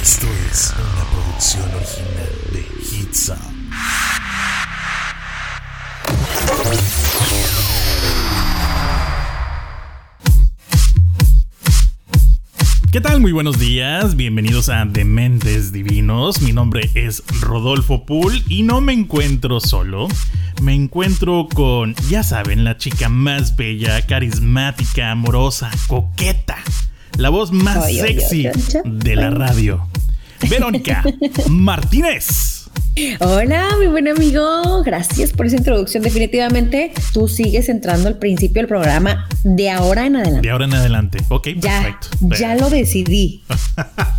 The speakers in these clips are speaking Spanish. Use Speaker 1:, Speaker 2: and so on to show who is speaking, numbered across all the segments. Speaker 1: Esto es una producción original de Hits Up.
Speaker 2: ¿Qué tal? Muy buenos días, bienvenidos a Dementes Divinos. Mi nombre es Rodolfo Pool y no me encuentro solo. Me encuentro con, ya saben, la chica más bella, carismática, amorosa, coqueta, la voz más oy, sexy oy, oy, de la radio. Verónica Martínez.
Speaker 3: Hola, mi buen amigo. Gracias por esa introducción. Definitivamente tú sigues entrando al principio del programa de ahora en adelante.
Speaker 2: De ahora en adelante. Ok,
Speaker 3: ya,
Speaker 2: perfecto. Ah.
Speaker 3: Ya lo decidí.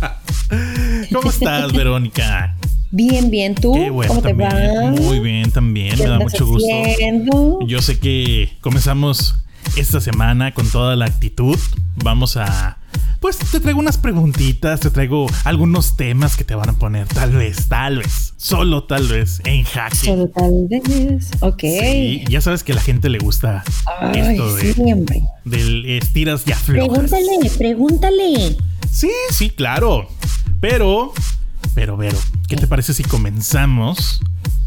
Speaker 2: ¿Cómo estás, Verónica?
Speaker 3: Bien, bien, tú.
Speaker 2: Qué bueno,
Speaker 3: ¿Cómo
Speaker 2: también, te va? Muy bien, también. Me da mucho haciendo? gusto. Yo sé que comenzamos esta semana con toda la actitud. Vamos a pues te traigo unas preguntitas, te traigo algunos temas que te van a poner, tal vez, tal vez, solo tal vez, en jaque.
Speaker 3: Solo tal vez, ok.
Speaker 2: Sí, ya sabes que a la gente le gusta Ay, esto de, siempre. del estiras y aflojas.
Speaker 3: Pregúntale, pregúntale.
Speaker 2: Sí, sí, claro. Pero, pero, pero, ¿qué te parece si comenzamos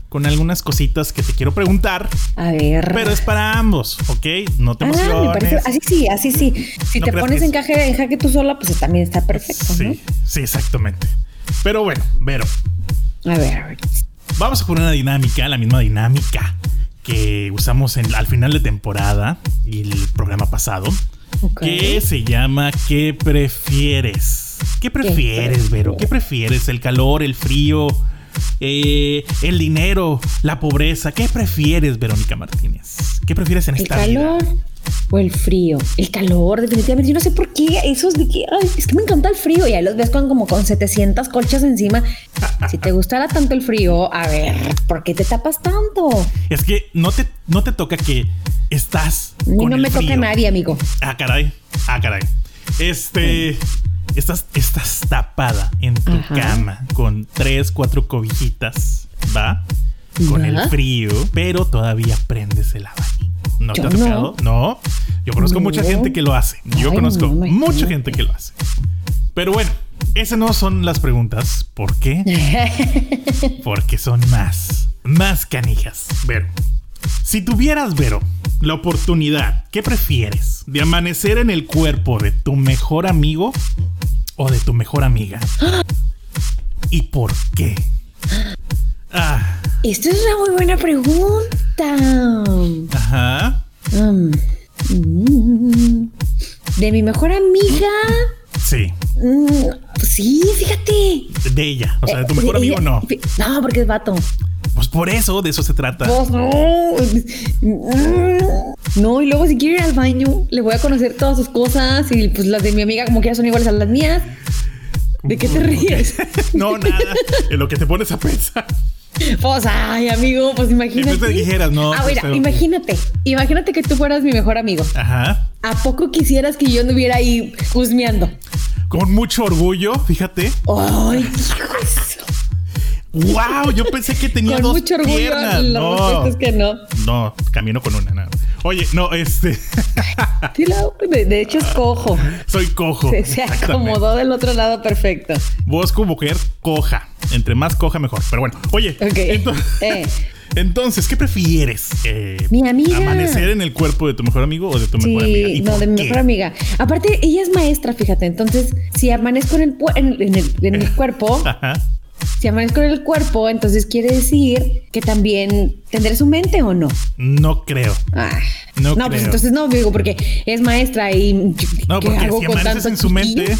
Speaker 2: con algunas cositas que te quiero preguntar.
Speaker 3: A ver.
Speaker 2: Pero es para ambos, ¿ok? No te ah,
Speaker 3: me parece, así sí, así sí. Si no te pones en, caje, en jaque tú sola, pues también está perfecto.
Speaker 2: Sí,
Speaker 3: ¿no?
Speaker 2: sí, exactamente. Pero bueno, Vero.
Speaker 3: A ver, a ver.
Speaker 2: Vamos a poner una dinámica, la misma dinámica que usamos en, al final de temporada y el programa pasado. Okay. Que se llama ¿Qué prefieres? ¿Qué prefieres, ¿Qué Vero? ¿Qué prefieres? ¿El calor, el frío? Eh, el dinero, la pobreza. ¿Qué prefieres, Verónica Martínez? ¿Qué prefieres en
Speaker 3: ¿El
Speaker 2: esta
Speaker 3: calor
Speaker 2: vida?
Speaker 3: o el frío? El calor, definitivamente. Yo no sé por qué esos de que ay, es que me encanta el frío. Y ahí los ves con como con 700 colchas encima. si te gustara tanto el frío, a ver, ¿por qué te tapas tanto?
Speaker 2: Es que no te, no te toca que estás.
Speaker 3: Ni
Speaker 2: con
Speaker 3: no
Speaker 2: el
Speaker 3: me
Speaker 2: frío.
Speaker 3: toca a nadie, amigo.
Speaker 2: Ah, caray. Ah, caray. Este. Mm estás, estás tapada en tu Ajá. cama con tres, cuatro cobijitas, ¿va? Con ¿Va? el frío, pero todavía prendes el abanico. ¿No
Speaker 3: Yo
Speaker 2: te ha tocado?
Speaker 3: No.
Speaker 2: no. Yo conozco no. mucha gente que lo hace. Yo Ay, conozco no, mucha gente que lo hace. Pero bueno, esas no son las preguntas. ¿Por qué? Porque son más, más canijas. Vero, si tuvieras, Vero, la oportunidad, ¿qué prefieres? ¿De amanecer en el cuerpo de tu mejor amigo o de tu mejor amiga? ¿Y por qué?
Speaker 3: Ah. Esto es una muy buena pregunta.
Speaker 2: Ajá.
Speaker 3: Um, mm, ¿De mi mejor amiga?
Speaker 2: Sí.
Speaker 3: Mm, sí, fíjate.
Speaker 2: De ella, o sea, de tu mejor eh, amigo ella, no.
Speaker 3: No, porque es vato.
Speaker 2: Pues por eso, de eso se trata.
Speaker 3: Pues no. No, y luego si quiero ir al baño, le voy a conocer todas sus cosas y pues las de mi amiga como quiera son iguales a las mías. ¿De qué te ríes?
Speaker 2: no, nada. En lo que te pones a pensar.
Speaker 3: Pues, ay, amigo, pues imagínate.
Speaker 2: Entonces dijeras, no.
Speaker 3: Ah, mira, pues, imagínate. Imagínate que tú fueras mi mejor amigo.
Speaker 2: Ajá.
Speaker 3: ¿A poco quisieras que yo anduviera ahí husmeando?
Speaker 2: Con mucho orgullo, fíjate.
Speaker 3: Ay, Dios.
Speaker 2: ¡Wow! Yo pensé que tenía
Speaker 3: con
Speaker 2: dos
Speaker 3: mucho orgullo,
Speaker 2: piernas.
Speaker 3: La no, respuesta es que no.
Speaker 2: No, camino con una. No. Oye, no, este.
Speaker 3: de, hecho, es cojo.
Speaker 2: Soy Ah, cojo.
Speaker 3: Se, se acomodó del otro lado perfecto.
Speaker 2: Vos como mujer coja. Entre más coja, mejor. Pero bueno, oye.
Speaker 3: Okay. Entonces, eh.
Speaker 2: entonces, ¿qué prefieres?
Speaker 3: Eh, mi amiga.
Speaker 2: ¿Amanecer en el cuerpo de tu mejor amigo o de tu mejor
Speaker 3: sí,
Speaker 2: amiga? ¿Y
Speaker 3: no, de mi
Speaker 2: qué?
Speaker 3: mejor amiga. Aparte, ella es maestra, fíjate. Entonces, si amanezco en el, en, en el, en el cuerpo. Ajá. Si amanezco en el cuerpo, entonces quiere decir que también tendré su mente o no.
Speaker 2: No creo.
Speaker 3: Ah,
Speaker 2: no,
Speaker 3: no
Speaker 2: creo.
Speaker 3: pues entonces no, digo, porque es maestra y.
Speaker 2: No, porque
Speaker 3: hago
Speaker 2: si
Speaker 3: con
Speaker 2: amaneces
Speaker 3: tanto
Speaker 2: en su
Speaker 3: chiquillo?
Speaker 2: mente,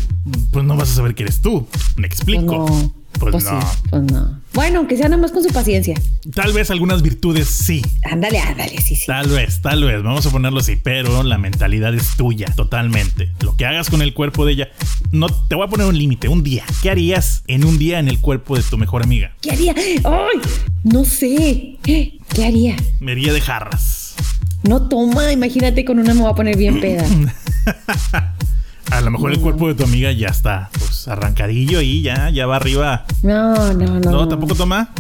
Speaker 2: pues no vas a saber que eres tú. Me explico.
Speaker 3: Pues no.
Speaker 2: Pues
Speaker 3: Pues
Speaker 2: no.
Speaker 3: sí, pues no. Bueno, aunque sea nada más con su paciencia.
Speaker 2: Tal vez algunas virtudes sí.
Speaker 3: Ándale, ándale, sí, sí.
Speaker 2: Tal vez, tal vez. Vamos a ponerlo así. Pero la mentalidad es tuya, totalmente. Lo que hagas con el cuerpo de ella. No, te voy a poner un límite, un día. ¿Qué harías en un día en el cuerpo de tu mejor amiga?
Speaker 3: ¿Qué haría? ¡Ay! No sé. ¿Qué haría?
Speaker 2: Me haría de jarras.
Speaker 3: No toma, imagínate, con una me voy a poner bien peda.
Speaker 2: A lo
Speaker 3: Mm.
Speaker 2: mejor el cuerpo de tu amiga ya está, pues arrancadillo y ya, ya va arriba.
Speaker 3: No, no, no.
Speaker 2: No, tampoco toma.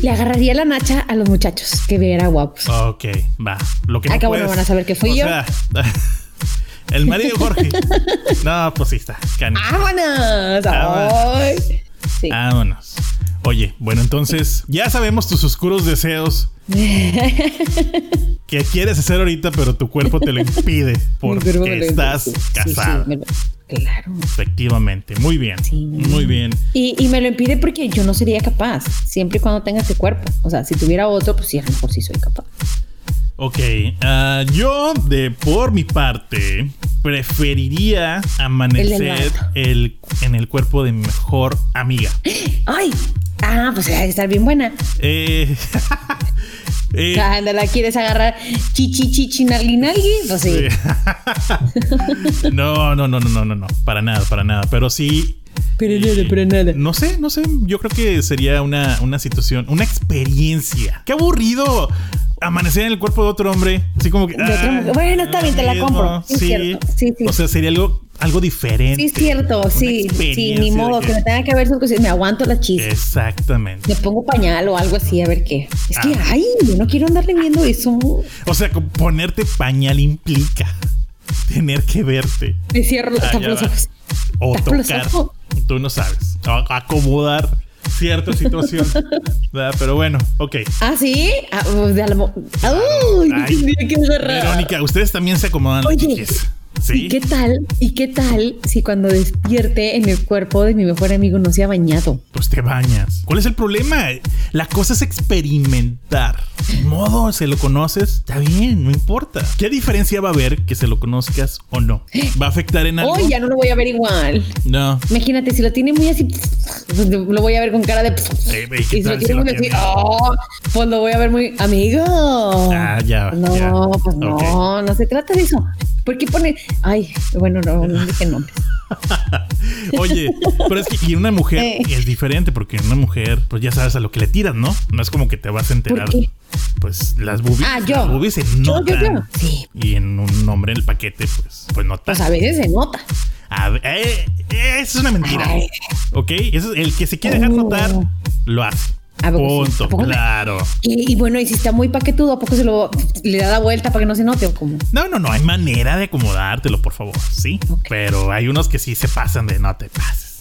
Speaker 3: Le agarraría la nacha a los muchachos que viera guapos.
Speaker 2: Ok, va. Lo que no
Speaker 3: Acabo
Speaker 2: puedes-
Speaker 3: Ah, van a saber que fui
Speaker 2: o
Speaker 3: yo.
Speaker 2: sea, el marido de Jorge. No, pues sí está. canijo.
Speaker 3: ¡Vámonos!
Speaker 2: Ah,
Speaker 3: ¡Ay! Sí.
Speaker 2: Vámonos. Oye, bueno, entonces ya sabemos tus oscuros deseos que quieres hacer ahorita, pero tu cuerpo te lo impide porque
Speaker 3: cuerpo me lo
Speaker 2: estás
Speaker 3: impide. Sí, sí,
Speaker 2: casada.
Speaker 3: me lo- claro.
Speaker 2: Efectivamente, muy bien.
Speaker 3: Sí.
Speaker 2: Muy bien.
Speaker 3: Y, y me lo impide porque yo no sería capaz, siempre y cuando tenga este cuerpo. O sea, si tuviera otro, pues sí, a lo mejor sí soy capaz.
Speaker 2: Ok, ah, yo de por mi parte preferiría amanecer el, en el cuerpo de mi mejor amiga.
Speaker 3: ¡Ay! Ah, pues debe estar bien buena.
Speaker 2: Eh, eh,
Speaker 3: Cuando la quieres agarrar chichi chichi nalgui nalgui, pues sí.
Speaker 2: Sí. no, no, no, no, no, no, no. Para nada, para nada. Pero sí.
Speaker 3: Pero
Speaker 2: eh,
Speaker 3: nada, pero nada.
Speaker 2: No sé, no sé. Yo creo que sería una, una situación, una experiencia. Qué aburrido amanecer en el cuerpo de otro hombre. Así como que.
Speaker 3: De otra mujer. Bueno, está bien, te la
Speaker 2: mismo.
Speaker 3: compro. Sí, es
Speaker 2: Sí,
Speaker 3: cierto. Sí, sí.
Speaker 2: O sea, sería algo, algo diferente.
Speaker 3: Sí, es cierto,
Speaker 2: Una
Speaker 3: sí, sí,
Speaker 2: experiencia
Speaker 3: ni
Speaker 2: de
Speaker 3: modo, que me tenga que ver sus cosas. Me aguanto la chispa.
Speaker 2: Exactamente.
Speaker 3: Me pongo pañal o algo así, a ver qué. Es que,
Speaker 2: Ah.
Speaker 3: ay, yo no quiero andarle viendo eso.
Speaker 2: O sea, con- ponerte pañal implica tener que verte.
Speaker 3: Me cierro los,
Speaker 2: Ah,
Speaker 3: tapo
Speaker 2: ya
Speaker 3: los
Speaker 2: va.
Speaker 3: ojos.
Speaker 2: O
Speaker 3: Tapo los
Speaker 2: tocar.
Speaker 3: ojos.
Speaker 2: Tú no sabes. A- acomodar cierta situación. ¿Verdad? Pero bueno, ok.
Speaker 3: Ah, sí. Ah, pues, de a lo mo- Ay,
Speaker 2: Ay,
Speaker 3: tendría que agarrar.
Speaker 2: Verónica, ustedes también se acomodan las
Speaker 3: Oye,
Speaker 2: chiquis. Sí.
Speaker 3: ¿Y qué tal? ¿Y qué tal si cuando despierte en el cuerpo de mi mejor amigo no se ha bañado?
Speaker 2: Pues te bañas. ¿Cuál es el problema? La cosa es experimentar. Ni modo, se lo conoces, está bien, no importa. ¿Qué diferencia va a haber que se lo conozcas o no? ¿Va a afectar en algo?
Speaker 3: Hoy ya no lo voy a ver igual.
Speaker 2: No.
Speaker 3: Imagínate, si lo tiene muy así, pues, lo voy a ver con cara de.
Speaker 2: Eh, ¿y qué
Speaker 3: y si lo
Speaker 2: tal si
Speaker 3: tiene
Speaker 2: lo
Speaker 3: muy así,
Speaker 2: tiene?
Speaker 3: "Oh", pues lo voy a ver muy. Amigo.
Speaker 2: Ah, ya.
Speaker 3: No,
Speaker 2: ya.
Speaker 3: pues no,
Speaker 2: Ok.
Speaker 3: no se trata de eso. ¿Por qué pone.? Ay, bueno, no, no dije nombres.
Speaker 2: Oye, pero es que y una mujer
Speaker 3: Eh.
Speaker 2: es diferente porque una mujer, pues ya sabes a lo que le tiras, ¿no? No es como que te vas a enterar.
Speaker 3: qué?
Speaker 2: Pues las boobies.
Speaker 3: Ah, yo.
Speaker 2: Las boobies se
Speaker 3: Yo, yo,
Speaker 2: notan.
Speaker 3: yo. Sí.
Speaker 2: Y en un hombre en el paquete, pues, pues no tan.
Speaker 3: Pues a veces se nota.
Speaker 2: A ver, eh, eh, eso es una mentira.
Speaker 3: Ay.
Speaker 2: ¿Ok? Eso es- el que se quiere dejar
Speaker 3: Oh.
Speaker 2: notar, lo hace.
Speaker 3: ¿A poco sí?
Speaker 2: Punto,
Speaker 3: ¿A poco no?
Speaker 2: claro.
Speaker 3: Y, y bueno, y si está muy paquetudo, ¿a poco se lo le da la vuelta para que no se note o cómo?
Speaker 2: No, no, no, hay manera de acomodártelo, por favor, ¿sí?
Speaker 3: Ok.
Speaker 2: Pero hay unos que sí se pasan de no te pases.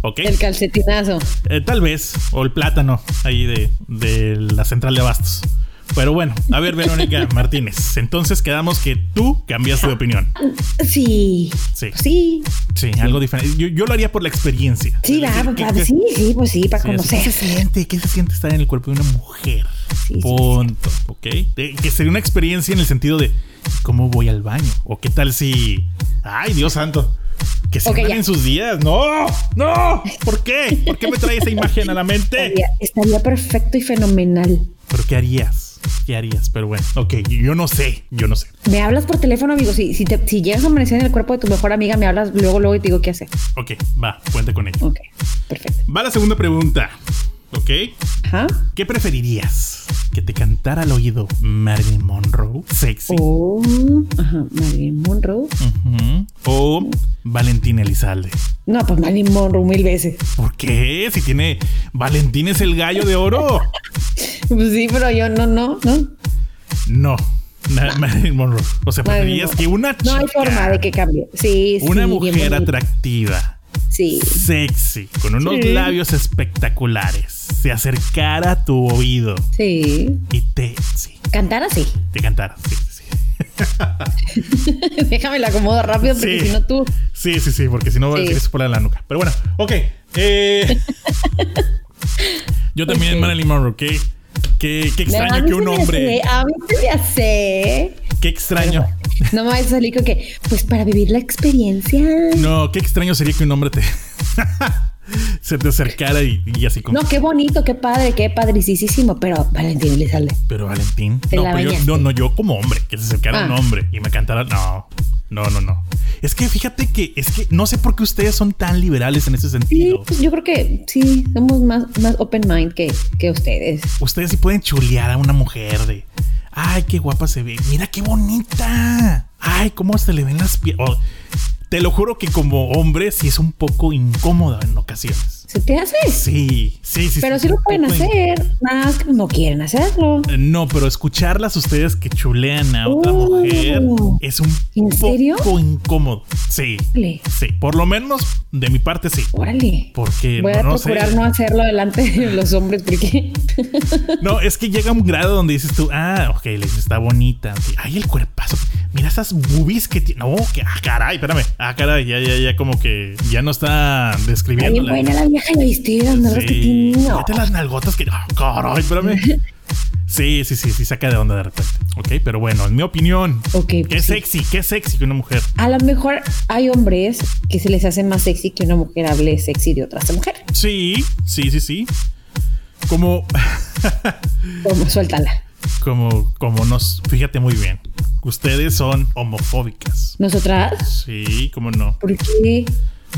Speaker 2: ¿Ok?
Speaker 3: El calcetinazo.
Speaker 2: Eh, tal vez, o el plátano ahí de, de la central de abastos. Pero bueno, a ver, Verónica Martínez. Entonces quedamos que tú cambiaste de opinión.
Speaker 3: Sí.
Speaker 2: Sí.
Speaker 3: Sí.
Speaker 2: Sí, algo diferente. Yo, yo lo haría por la experiencia.
Speaker 3: Sí,
Speaker 2: Es decir,
Speaker 3: va,
Speaker 2: Pues, ¿qué-
Speaker 3: va,
Speaker 2: qué-
Speaker 3: sí, sí, pues sí, para
Speaker 2: Sí, así, ¿Qué se
Speaker 3: conocer.
Speaker 2: siente? ¿Qué se siente estar en el cuerpo de una mujer?
Speaker 3: Sí, sí,
Speaker 2: Punto, ¿ok? De- que sería una experiencia en el sentido de cómo voy al baño. O qué tal si. Ay, Dios santo. Que se
Speaker 3: Ok,
Speaker 2: andan
Speaker 3: ya.
Speaker 2: en sus días. ¡No! ¡No! ¿Por qué? ¿Por qué me trae esa imagen a la mente?
Speaker 3: Estaría, estaría perfecto y fenomenal.
Speaker 2: ¿Pero qué harías? ¿Qué harías? Pero bueno, ok, yo no sé, yo no sé.
Speaker 3: Me hablas por teléfono, amigo. Si, si, te- si llegas a amanecer en el cuerpo de tu mejor amiga, me hablas luego, luego y te digo qué hacer.
Speaker 2: Ok, va, cuente con ello.
Speaker 3: Ok, perfecto.
Speaker 2: Va la segunda pregunta, ok.
Speaker 3: Ajá.
Speaker 2: ¿Qué preferirías? ¿Que te cantara al oído Marilyn Monroe? Sexy.
Speaker 3: Oh, ajá, Marilyn Monroe.
Speaker 2: Ujú. O Valentín Elizalde.
Speaker 3: No, pues Marilyn Monroe mil veces.
Speaker 2: ¿Por qué? Si tiene Valentín es el gallo de oro.
Speaker 3: Pues sí, pero yo no, no, no.
Speaker 2: No, na- Marilyn Monroe. O sea,
Speaker 3: Marilyn
Speaker 2: preferirías
Speaker 3: Monroe.
Speaker 2: que una chica,
Speaker 3: No hay forma de que cambie. Sí, sí.
Speaker 2: una
Speaker 3: bien
Speaker 2: mujer
Speaker 3: bonito.
Speaker 2: atractiva,
Speaker 3: Sí.
Speaker 2: sexy, con unos
Speaker 3: Sí.
Speaker 2: labios espectaculares, se acercara a tu oído
Speaker 3: Sí.
Speaker 2: y te, sí,
Speaker 3: Cantar así.
Speaker 2: te cantara. Sí, sí, sí.
Speaker 3: Déjame la acomodo rápido porque
Speaker 2: Sí.
Speaker 3: si no tú.
Speaker 2: Sí, sí, sí, porque si no voy a
Speaker 3: Sí.
Speaker 2: decir eso por la nuca. Pero bueno, ok. eh, yo también,
Speaker 3: Ok.
Speaker 2: Marilyn Monroe, qué, qué, qué
Speaker 3: A
Speaker 2: extraño
Speaker 3: mí
Speaker 2: que
Speaker 3: se
Speaker 2: un
Speaker 3: me
Speaker 2: hombre.
Speaker 3: hace- a mí se me hace.
Speaker 2: Qué extraño.
Speaker 3: No me vayas a salir con que, pues para vivir la experiencia.
Speaker 2: No, qué extraño sería que un hombre te se te acercara y, y así como.
Speaker 3: No, qué bonito, qué padre, qué padricísimo, pero Valentín le sale.
Speaker 2: Pero Valentín.
Speaker 3: Te
Speaker 2: No,
Speaker 3: la
Speaker 2: pero yo,
Speaker 3: bañaste.
Speaker 2: no, no, yo como hombre, que se acercara
Speaker 3: Ah.
Speaker 2: un hombre y me cantara. No, no, no, no. Es que fíjate que es que no sé por qué ustedes son tan liberales en ese
Speaker 3: Sí,
Speaker 2: sentido.
Speaker 3: pues yo creo que sí, somos más, más open mind que, que ustedes.
Speaker 2: Ustedes sí pueden chulear a una mujer de. Ay, qué guapa se ve. Mira qué bonita. Ay, cómo se le ven las piernas. te lo juro que como hombre sí es un poco incómoda en ocasiones.
Speaker 3: ¿Se te hace?
Speaker 2: Sí, sí, sí.
Speaker 3: Pero sí, lo pueden hacer, nada más que no quieren hacerlo.
Speaker 2: No, pero escucharlas ustedes que chulean a otra
Speaker 3: Uh.
Speaker 2: mujer es un
Speaker 3: ¿En serio?
Speaker 2: poco incómodo. Sí,
Speaker 3: Órale.
Speaker 2: sí. Por lo menos de mi parte sí.
Speaker 3: Órale.
Speaker 2: Porque
Speaker 3: Voy a
Speaker 2: no sé.
Speaker 3: procurar no hacerlo delante de los hombres porque
Speaker 2: No, es que llega un grado donde dices tú, ah, ok, Lex está bonita. ok, Ay, el cuerpazo. Mira esas boobies que tiene. No, que, ah, caray, espérame. Ah, caray, ya, ya, ya, como que ya no está
Speaker 3: Ay,
Speaker 2: describiendo
Speaker 3: buena la vieja la viste, las nalgas que
Speaker 2: Sí,
Speaker 3: tiene. No.
Speaker 2: fíjate las nalgotas que. ah, caray, espérame. Sí, sí, sí, sí, saca de onda de repente. Ok, pero bueno, en mi opinión,
Speaker 3: Ok,
Speaker 2: qué
Speaker 3: pues sí.
Speaker 2: sexy, qué sexy que una mujer.
Speaker 3: A lo mejor hay hombres que se les hace más sexy que una mujer hable sexy de otra mujer.
Speaker 2: Sí, sí, sí, sí. Como,
Speaker 3: Como suéltala.
Speaker 2: como, como nos. Fíjate muy bien. Ustedes son homofóbicas.
Speaker 3: Nosotras,
Speaker 2: Sí, cómo no.
Speaker 3: ¿por qué?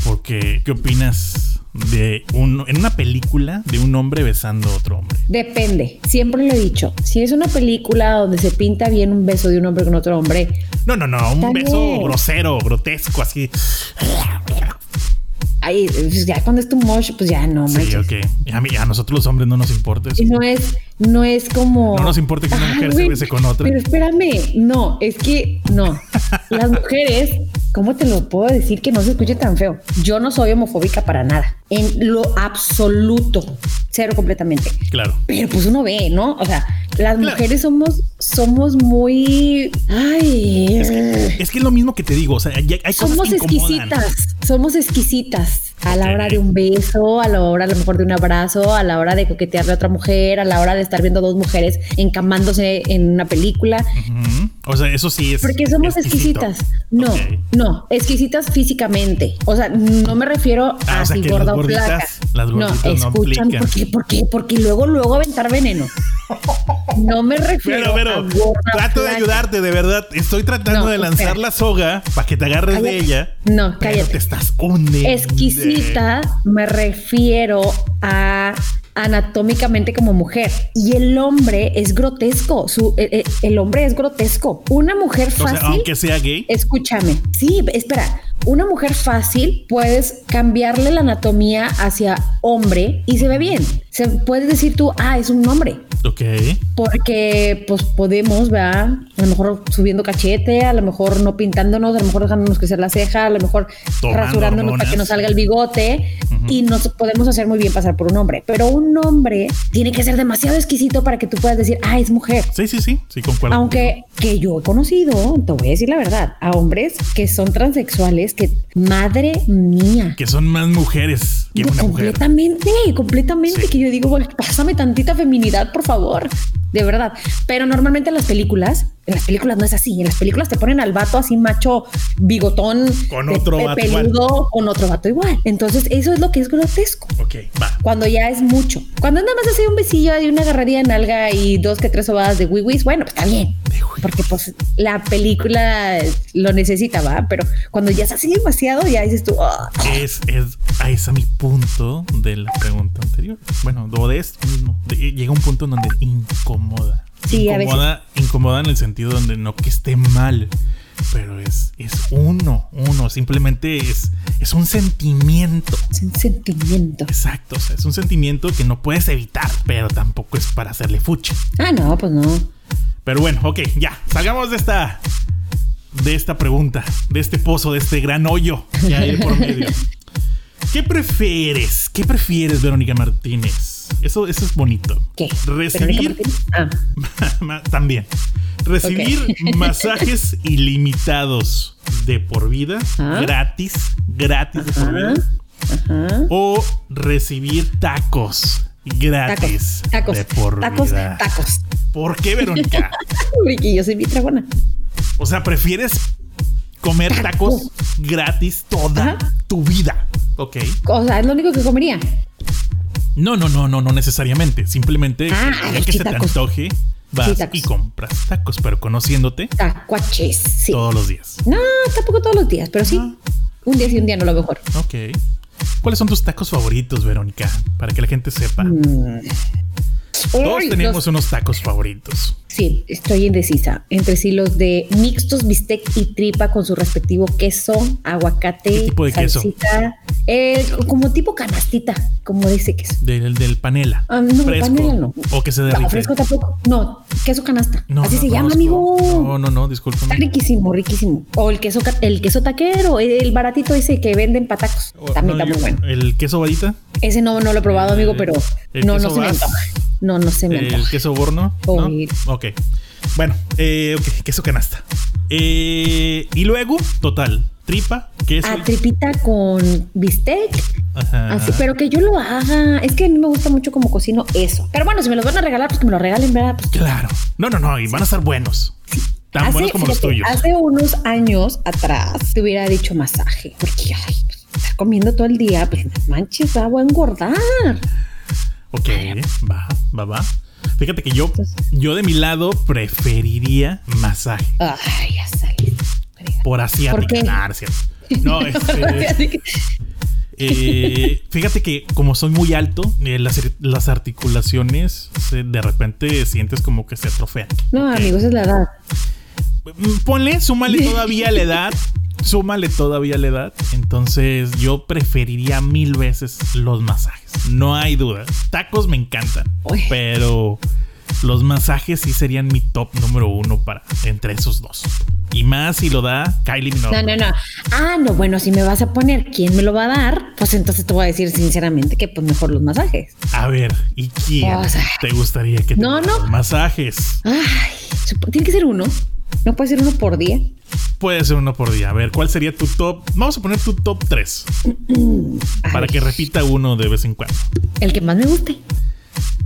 Speaker 2: Porque, ¿qué opinas de un. en una película de un hombre besando a otro hombre?
Speaker 3: Depende. Siempre lo he dicho. Si es una película donde se pinta bien un beso de un hombre con otro hombre,
Speaker 2: No, no, no, un
Speaker 3: Está
Speaker 2: beso
Speaker 3: bien.
Speaker 2: grosero, grotesco, así.
Speaker 3: ahí pues, ya cuando es tu mosh, pues ya no
Speaker 2: Sí,
Speaker 3: manches.
Speaker 2: ok. A, mí, a nosotros los hombres no nos importa eso.
Speaker 3: Y no es, no es como.
Speaker 2: No nos importa que una
Speaker 3: Ay,
Speaker 2: mujer se
Speaker 3: güey,
Speaker 2: bese con otra.
Speaker 3: Pero espérame, no, es que no. Las mujeres, ¿cómo te lo puedo decir que no se escuche tan feo? Yo no soy homofóbica para nada. En lo absoluto. Cero completamente.
Speaker 2: Claro.
Speaker 3: Pero pues uno ve, ¿no? O sea, las
Speaker 2: Claro.
Speaker 3: mujeres somos, somos muy. Ay.
Speaker 2: Es que es lo mismo que te digo, o sea, ya hay cosas
Speaker 3: Somos
Speaker 2: que incomodan.
Speaker 3: exquisitas, somos exquisitas a la
Speaker 2: Ok.
Speaker 3: hora de un beso, a la hora a lo mejor de un abrazo, a la hora de coquetearle a otra mujer, a la hora de estar viendo dos mujeres encamándose en una película.
Speaker 2: Ujú. O sea, eso sí es.
Speaker 3: Porque somos
Speaker 2: exquisito.
Speaker 3: exquisitas. No,
Speaker 2: Ok.
Speaker 3: no, exquisitas físicamente. O sea, no me refiero
Speaker 2: Ah,
Speaker 3: a
Speaker 2: o sea,
Speaker 3: si
Speaker 2: que
Speaker 3: gorda
Speaker 2: las
Speaker 3: o flaca.
Speaker 2: gorditas- las gorditas no
Speaker 3: escuchan,
Speaker 2: aplican.
Speaker 3: ¿por qué? ¿Por qué? Porque luego, luego aventar veneno. No me
Speaker 2: Pero,
Speaker 3: refiero a
Speaker 2: pero,
Speaker 3: gorda,
Speaker 2: trato de
Speaker 3: flaca.
Speaker 2: ayudarte, de verdad. Estoy tratando
Speaker 3: No,
Speaker 2: de lanzar
Speaker 3: espera.
Speaker 2: la soga para que te agarres de
Speaker 3: Cállate.
Speaker 2: ella.
Speaker 3: No,
Speaker 2: pero
Speaker 3: cállate.
Speaker 2: Te estás hundiendo.
Speaker 3: exquisita me refiero a anatómicamente como mujer y el hombre es grotesco su eh, eh, el hombre es grotesco una mujer
Speaker 2: O sea,
Speaker 3: fácil
Speaker 2: aunque sea gay.
Speaker 3: escúchame sí espera una mujer fácil puedes cambiarle la anatomía hacia hombre y se ve bien se puedes decir tú ah es un hombre
Speaker 2: Ok.
Speaker 3: porque pues podemos, ¿verdad? A lo mejor subiendo cachete, a lo mejor no pintándonos, a lo mejor dejándonos crecer la ceja, a lo mejor
Speaker 2: Tomando
Speaker 3: rasurándonos
Speaker 2: hormonas.
Speaker 3: para que nos salga el bigote
Speaker 2: Ujú.
Speaker 3: y nos podemos hacer muy bien pasar por un hombre. Pero un hombre tiene que ser demasiado exquisito para que tú puedas decir, ah, es mujer.
Speaker 2: Sí, sí, sí. Sí, concuerdo.
Speaker 3: Aunque que yo he conocido, te voy a decir la verdad, a hombres que son transexuales, que madre mía.
Speaker 2: Que son más mujeres que
Speaker 3: No,
Speaker 2: una mujer.
Speaker 3: completamente, completamente.
Speaker 2: Sí.
Speaker 3: Que yo digo, "Güey, pásame tantita feminidad, por favor. De verdad. Pero normalmente en las películas, en las películas no es así. En las películas te ponen al vato así macho, bigotón,
Speaker 2: Con
Speaker 3: pe-
Speaker 2: otro
Speaker 3: pe-
Speaker 2: vato igual.
Speaker 3: peludo, con otro vato igual. Entonces, eso es lo que es grotesco.
Speaker 2: Ok, va.
Speaker 3: Cuando ya es mucho. Cuando es nada más así un besillo y una agarradilla en nalga y dos que tres sobadas de wiwis, bueno, pues está bien. Porque pues la película lo necesita, ¿va? Pero cuando ya es así demasiado, ya dices tú, "Ah".
Speaker 2: Es, es, ahí está mi punto de la pregunta anterior. Bueno, o de esto mismo. De- llega un punto en donde incomoda.
Speaker 3: Sí, a
Speaker 2: incomoda, incomoda en el sentido donde no que esté mal, pero es, es uno, uno. Simplemente es, es un sentimiento.
Speaker 3: es un sentimiento.
Speaker 2: Exacto, o sea, es un sentimiento que no puedes evitar, pero tampoco es para hacerle fuche.
Speaker 3: Ah, no, pues no.
Speaker 2: Pero bueno, ok, ya, salgamos de esta de esta pregunta, de este pozo, de este gran hoyo que hay de por medio. ¿Qué prefieres? ¿Qué prefieres, Verónica Martínez? Eso, eso es bonito.
Speaker 3: ¿Qué?
Speaker 2: Recibir
Speaker 3: ¿Verónica Martínez? Ah,
Speaker 2: ma- también. Recibir masajes ilimitados de por vida,
Speaker 3: Ajá.
Speaker 2: gratis, gratis de por vida.
Speaker 3: ajá.
Speaker 2: O recibir tacos gratis
Speaker 3: Tacos, tacos,
Speaker 2: de por
Speaker 3: tacos,
Speaker 2: vida.
Speaker 3: tacos.
Speaker 2: ¿Por qué, Verónica?
Speaker 3: Ricky, yo soy bien tragona.
Speaker 2: O sea, prefieres comer tacos gratis toda
Speaker 3: Ajá.
Speaker 2: tu vida. Ok.
Speaker 3: O sea, es lo único que comería.
Speaker 2: No, no, no, no, no necesariamente. Simplemente
Speaker 3: Ah,
Speaker 2: el día
Speaker 3: los
Speaker 2: que se te
Speaker 3: chitacos.
Speaker 2: antoje, vas
Speaker 3: Chitacos.
Speaker 2: y compras tacos, pero conociéndote
Speaker 3: Tacuaches, sí.
Speaker 2: todos los días.
Speaker 3: No, tampoco todos los días, pero sí.
Speaker 2: No.
Speaker 3: Un día sí, un día no lo mejor.
Speaker 2: Ok. ¿Cuáles son tus tacos favoritos, Verónica? Para que la gente sepa.
Speaker 3: Mm,
Speaker 2: tacos. Ah. Todos
Speaker 3: Uy,
Speaker 2: tenemos
Speaker 3: Mm. los-
Speaker 2: unos tacos favoritos.
Speaker 3: Sí, estoy indecisa. Entre sí los de mixtos, bistec y tripa con su respectivo queso, aguacate,
Speaker 2: ¿Qué tipo de queso?
Speaker 3: salsita, eh, como tipo canastita, como dice queso.
Speaker 2: Del, del panela.
Speaker 3: Ah, no, panela no.
Speaker 2: O que se
Speaker 3: No,
Speaker 2: derrite.
Speaker 3: fresco tampoco. No, queso canasta.
Speaker 2: No,
Speaker 3: Así
Speaker 2: no
Speaker 3: se llama,
Speaker 2: conozco.
Speaker 3: amigo.
Speaker 2: No, no, no, discúlpame.
Speaker 3: Está riquísimo, riquísimo. O el queso, ca- el queso taquero, el baratito ese que venden patacos.
Speaker 2: O-
Speaker 3: También
Speaker 2: Oh, no,
Speaker 3: está muy
Speaker 2: yo-
Speaker 3: bueno.
Speaker 2: El queso varita,
Speaker 3: Ese no, no lo he probado, amigo, pero
Speaker 2: el
Speaker 3: no, no
Speaker 2: queso
Speaker 3: se me
Speaker 2: vas.
Speaker 3: antoja. No, no se me
Speaker 2: el
Speaker 3: antoja.
Speaker 2: queso borno. ¿no?
Speaker 3: Oye.
Speaker 2: Ok. Bueno, eh, ok, queso canasta. Eh, y luego, total, tripa, queso.
Speaker 3: A Ah, tripita con bistec,
Speaker 2: Ajá.
Speaker 3: así, Ah, pero que yo lo haga. Es que a mí me gusta mucho como cocino eso. Pero bueno, si me los van a regalar, pues que me lo regalen, ¿verdad? Pues,
Speaker 2: Claro. No, no, no, y van a estar buenos. Tan buenos como los
Speaker 3: fíjate,
Speaker 2: tuyos.
Speaker 3: hace unos años atrás te hubiera dicho masaje, porque ay, pues, estar comiendo todo el día, pues no manches, ah, voy a engordar.
Speaker 2: Ok, va, va, va. Fíjate que yo, yo de mi lado preferiría masaje
Speaker 3: Ay, ya salí.
Speaker 2: por asiática.
Speaker 3: qué?
Speaker 2: Nah, no es cierto. No, este,
Speaker 3: Así que-
Speaker 2: Eh, fíjate que como soy muy alto, eh, las, las articulaciones se- de repente sientes como que se atrofean.
Speaker 3: No,
Speaker 2: Ok.
Speaker 3: amigos, es la edad.
Speaker 2: Mm, Ponle, súmale todavía la edad. Súmale todavía la edad. Entonces yo preferiría mil veces los masajes. No hay duda. Tacos me encantan.
Speaker 3: Uy.
Speaker 2: Pero los masajes sí serían mi top número uno para entre esos dos. Y más si lo da Kylie Minogue.
Speaker 3: No, no, no. Ah, no, bueno, si me vas a poner quién me lo va a dar, pues entonces te voy a decir sinceramente que pues mejor los masajes.
Speaker 2: A ver, ¿y quién
Speaker 3: O sea,
Speaker 2: te gustaría que te
Speaker 3: no,
Speaker 2: diera
Speaker 3: no.
Speaker 2: los masajes?
Speaker 3: Ay, sup- tiene que ser uno. No puede ser uno por día.
Speaker 2: Puede ser uno por día. A ver, ¿cuál sería tu top? Vamos a poner tu top 3
Speaker 3: Ay,
Speaker 2: para que repita uno de vez en cuando.
Speaker 3: El que más me guste.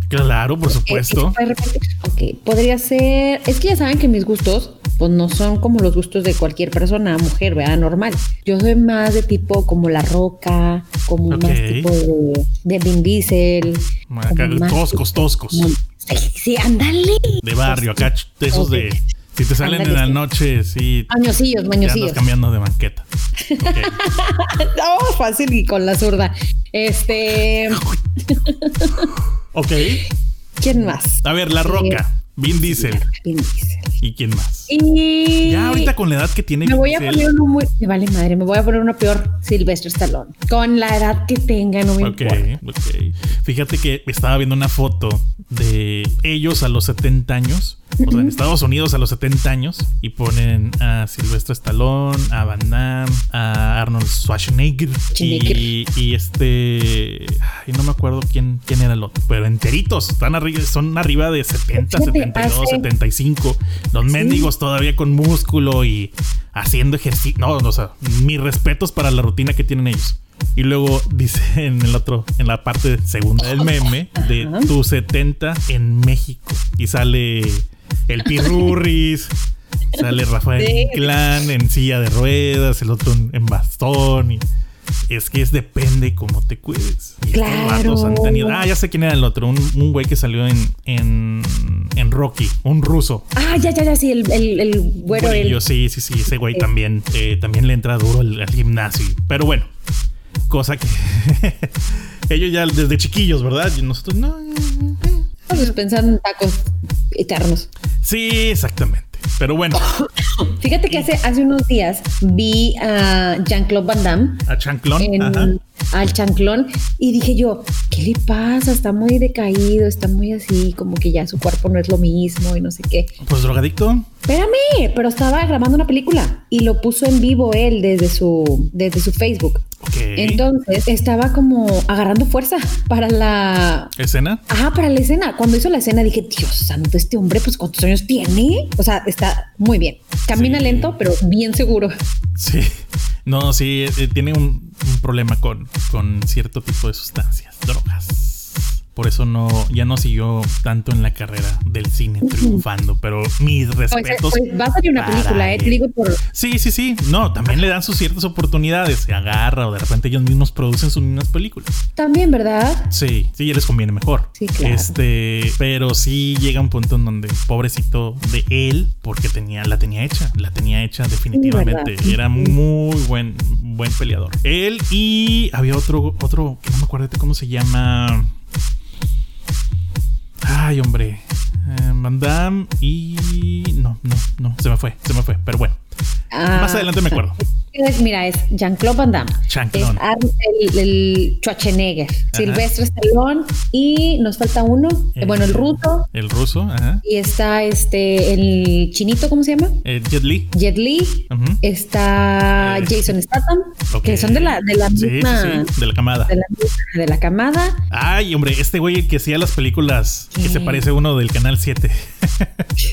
Speaker 2: Claro, por
Speaker 3: Eh,
Speaker 2: supuesto.
Speaker 3: ¿se puede repetir? Ok, podría ser. Es que ya saben que mis gustos, pues no son como los gustos de cualquier persona, mujer, ¿verdad? Normal. Yo soy más de tipo como La Roca, como
Speaker 2: Ok.
Speaker 3: más tipo de, de Vin Diesel.
Speaker 2: Acá,
Speaker 3: como más
Speaker 2: toscos, toscos.
Speaker 3: como- Sí, sí, ándale.
Speaker 2: De barrio, acá ch- de esos de. Si te salen en
Speaker 3: Ándale,
Speaker 2: la
Speaker 3: sí.
Speaker 2: noche, sí.
Speaker 3: Mañosillos,
Speaker 2: te andas
Speaker 3: mañosillos.
Speaker 2: cambiando de banqueta. Ok.
Speaker 3: Oh, fácil y con la zurda. Este,
Speaker 2: Ok.
Speaker 3: ¿quién más?
Speaker 2: A ver, La Roca, Vin Diesel.
Speaker 3: Vin Diesel.
Speaker 2: ¿Y quién más?
Speaker 3: Y
Speaker 2: Ya ahorita con la edad que tiene
Speaker 3: me
Speaker 2: Vin
Speaker 3: voy a
Speaker 2: Diesel,
Speaker 3: poner uno muy, me vale madre, me voy a poner uno peor, Silvestre Stallone. Con la edad que tenga, no me
Speaker 2: Ok,
Speaker 3: importa.
Speaker 2: ok. Fíjate que estaba viendo una foto de ellos a los 70 años. O sea, en Estados Unidos a los 70 años. Y ponen a Silvestre Stallone, a Van Damme, a Arnold Schwarzenegger. Y, y este. Ay, no me acuerdo quién, quién era el otro. Pero enteritos. Están arriba, son arriba de 70,
Speaker 3: Fíjate,
Speaker 2: 72,
Speaker 3: hace-
Speaker 2: 75. Los mendigos todavía con músculo y haciendo ejercicio. No, no, o sea, mis respetos para la rutina que tienen ellos. Y luego dice en el otro, en la parte segunda del meme, de
Speaker 3: Ajá.
Speaker 2: tu 70 en México. Y sale el Pirurris, sale Rafael
Speaker 3: Sí.
Speaker 2: Inclán en silla de ruedas, el otro en, en bastón. Y es que es depende cómo te cuides. Y estos
Speaker 3: Claro.
Speaker 2: vatos han tenido- Ah, ya sé quién era el otro. Un, un güey que salió en, en, en Rocky, un ruso.
Speaker 3: Ah, ya, ya, ya, sí, el, el, el güero, el-
Speaker 2: Yo sí, sí, sí, ese güey
Speaker 3: Sí.
Speaker 2: también, eh, también le entra duro al, al gimnasio. Pero bueno, cosa que ellos ya desde chiquillos, ¿verdad? Y Nosotros no. eh,
Speaker 3: pues, pensando en tacos eternos.
Speaker 2: Sí, exactamente. Pero bueno,
Speaker 3: Fíjate que hace, hace unos días vi a Jean-Claude Van Damme
Speaker 2: a Chanclón.
Speaker 3: en-
Speaker 2: ajá.
Speaker 3: al chanclón y dije yo, ¿qué le pasa? Está muy decaído, está muy así, como que ya su cuerpo no es lo mismo y no sé qué.
Speaker 2: Pues drogadicto.
Speaker 3: Espérame, pero estaba grabando una película y lo puso en vivo él desde su, desde su Facebook.
Speaker 2: Ok.
Speaker 3: Entonces estaba como agarrando fuerza para la...
Speaker 2: Escena.
Speaker 3: Ah, para la escena. Cuando hizo la escena dije, Dios santo, este hombre, pues cuántos años tiene. O sea, está muy bien. Camina
Speaker 2: Sí.
Speaker 3: lento, pero bien seguro.
Speaker 2: Sí. No, sí, eh, tiene un, un problema con, con cierto tipo de sustancias, drogas. Por eso no, ya no siguió tanto en la carrera del cine triunfando, pero mis
Speaker 3: Pues, eh,
Speaker 2: respetos.
Speaker 3: pues va a salir una
Speaker 2: para
Speaker 3: película, eh, te
Speaker 2: él.
Speaker 3: digo por...
Speaker 2: Sí, sí, sí. No, también le dan sus ciertas oportunidades. Se agarra o de repente ellos mismos producen sus mismas películas.
Speaker 3: También, ¿verdad?
Speaker 2: Sí, sí, ya les conviene mejor.
Speaker 3: Sí, claro.
Speaker 2: Este, pero sí llega un punto en donde pobrecito de él, porque tenía, la tenía hecha, la tenía hecha definitivamente.
Speaker 3: Sí,
Speaker 2: Era muy buen, buen peleador. Él y había otro, otro que no me acuerdo cómo se llama. Ah, Ay, hombre. Eh, Van Damme y. No, no, no. Se me fue, se me fue. Pero bueno.
Speaker 3: Ah,
Speaker 2: Más adelante me acuerdo.
Speaker 3: es- mira, es Jean-Claude Van Damme.
Speaker 2: Jean-Claude.
Speaker 3: Es Ar- el, el Schwarzenegger, Silvestre Stallone y nos falta uno. eh, bueno, el ruso
Speaker 2: El ruso, ajá.
Speaker 3: y está este, el chinito, ¿cómo se llama?
Speaker 2: Eh, Jet Li.
Speaker 3: Jet Li.
Speaker 2: Ujú.
Speaker 3: Está
Speaker 2: Eh,
Speaker 3: Jason Statham,
Speaker 2: Ok.
Speaker 3: Eh, que son de la, de la
Speaker 2: Sí, sí,
Speaker 3: misma.
Speaker 2: sí, de la camada.
Speaker 3: De la, misma- de la camada.
Speaker 2: Ay, hombre, este güey que hacía las películas que
Speaker 3: ¿Qué?
Speaker 2: se parece a uno del Canal 7.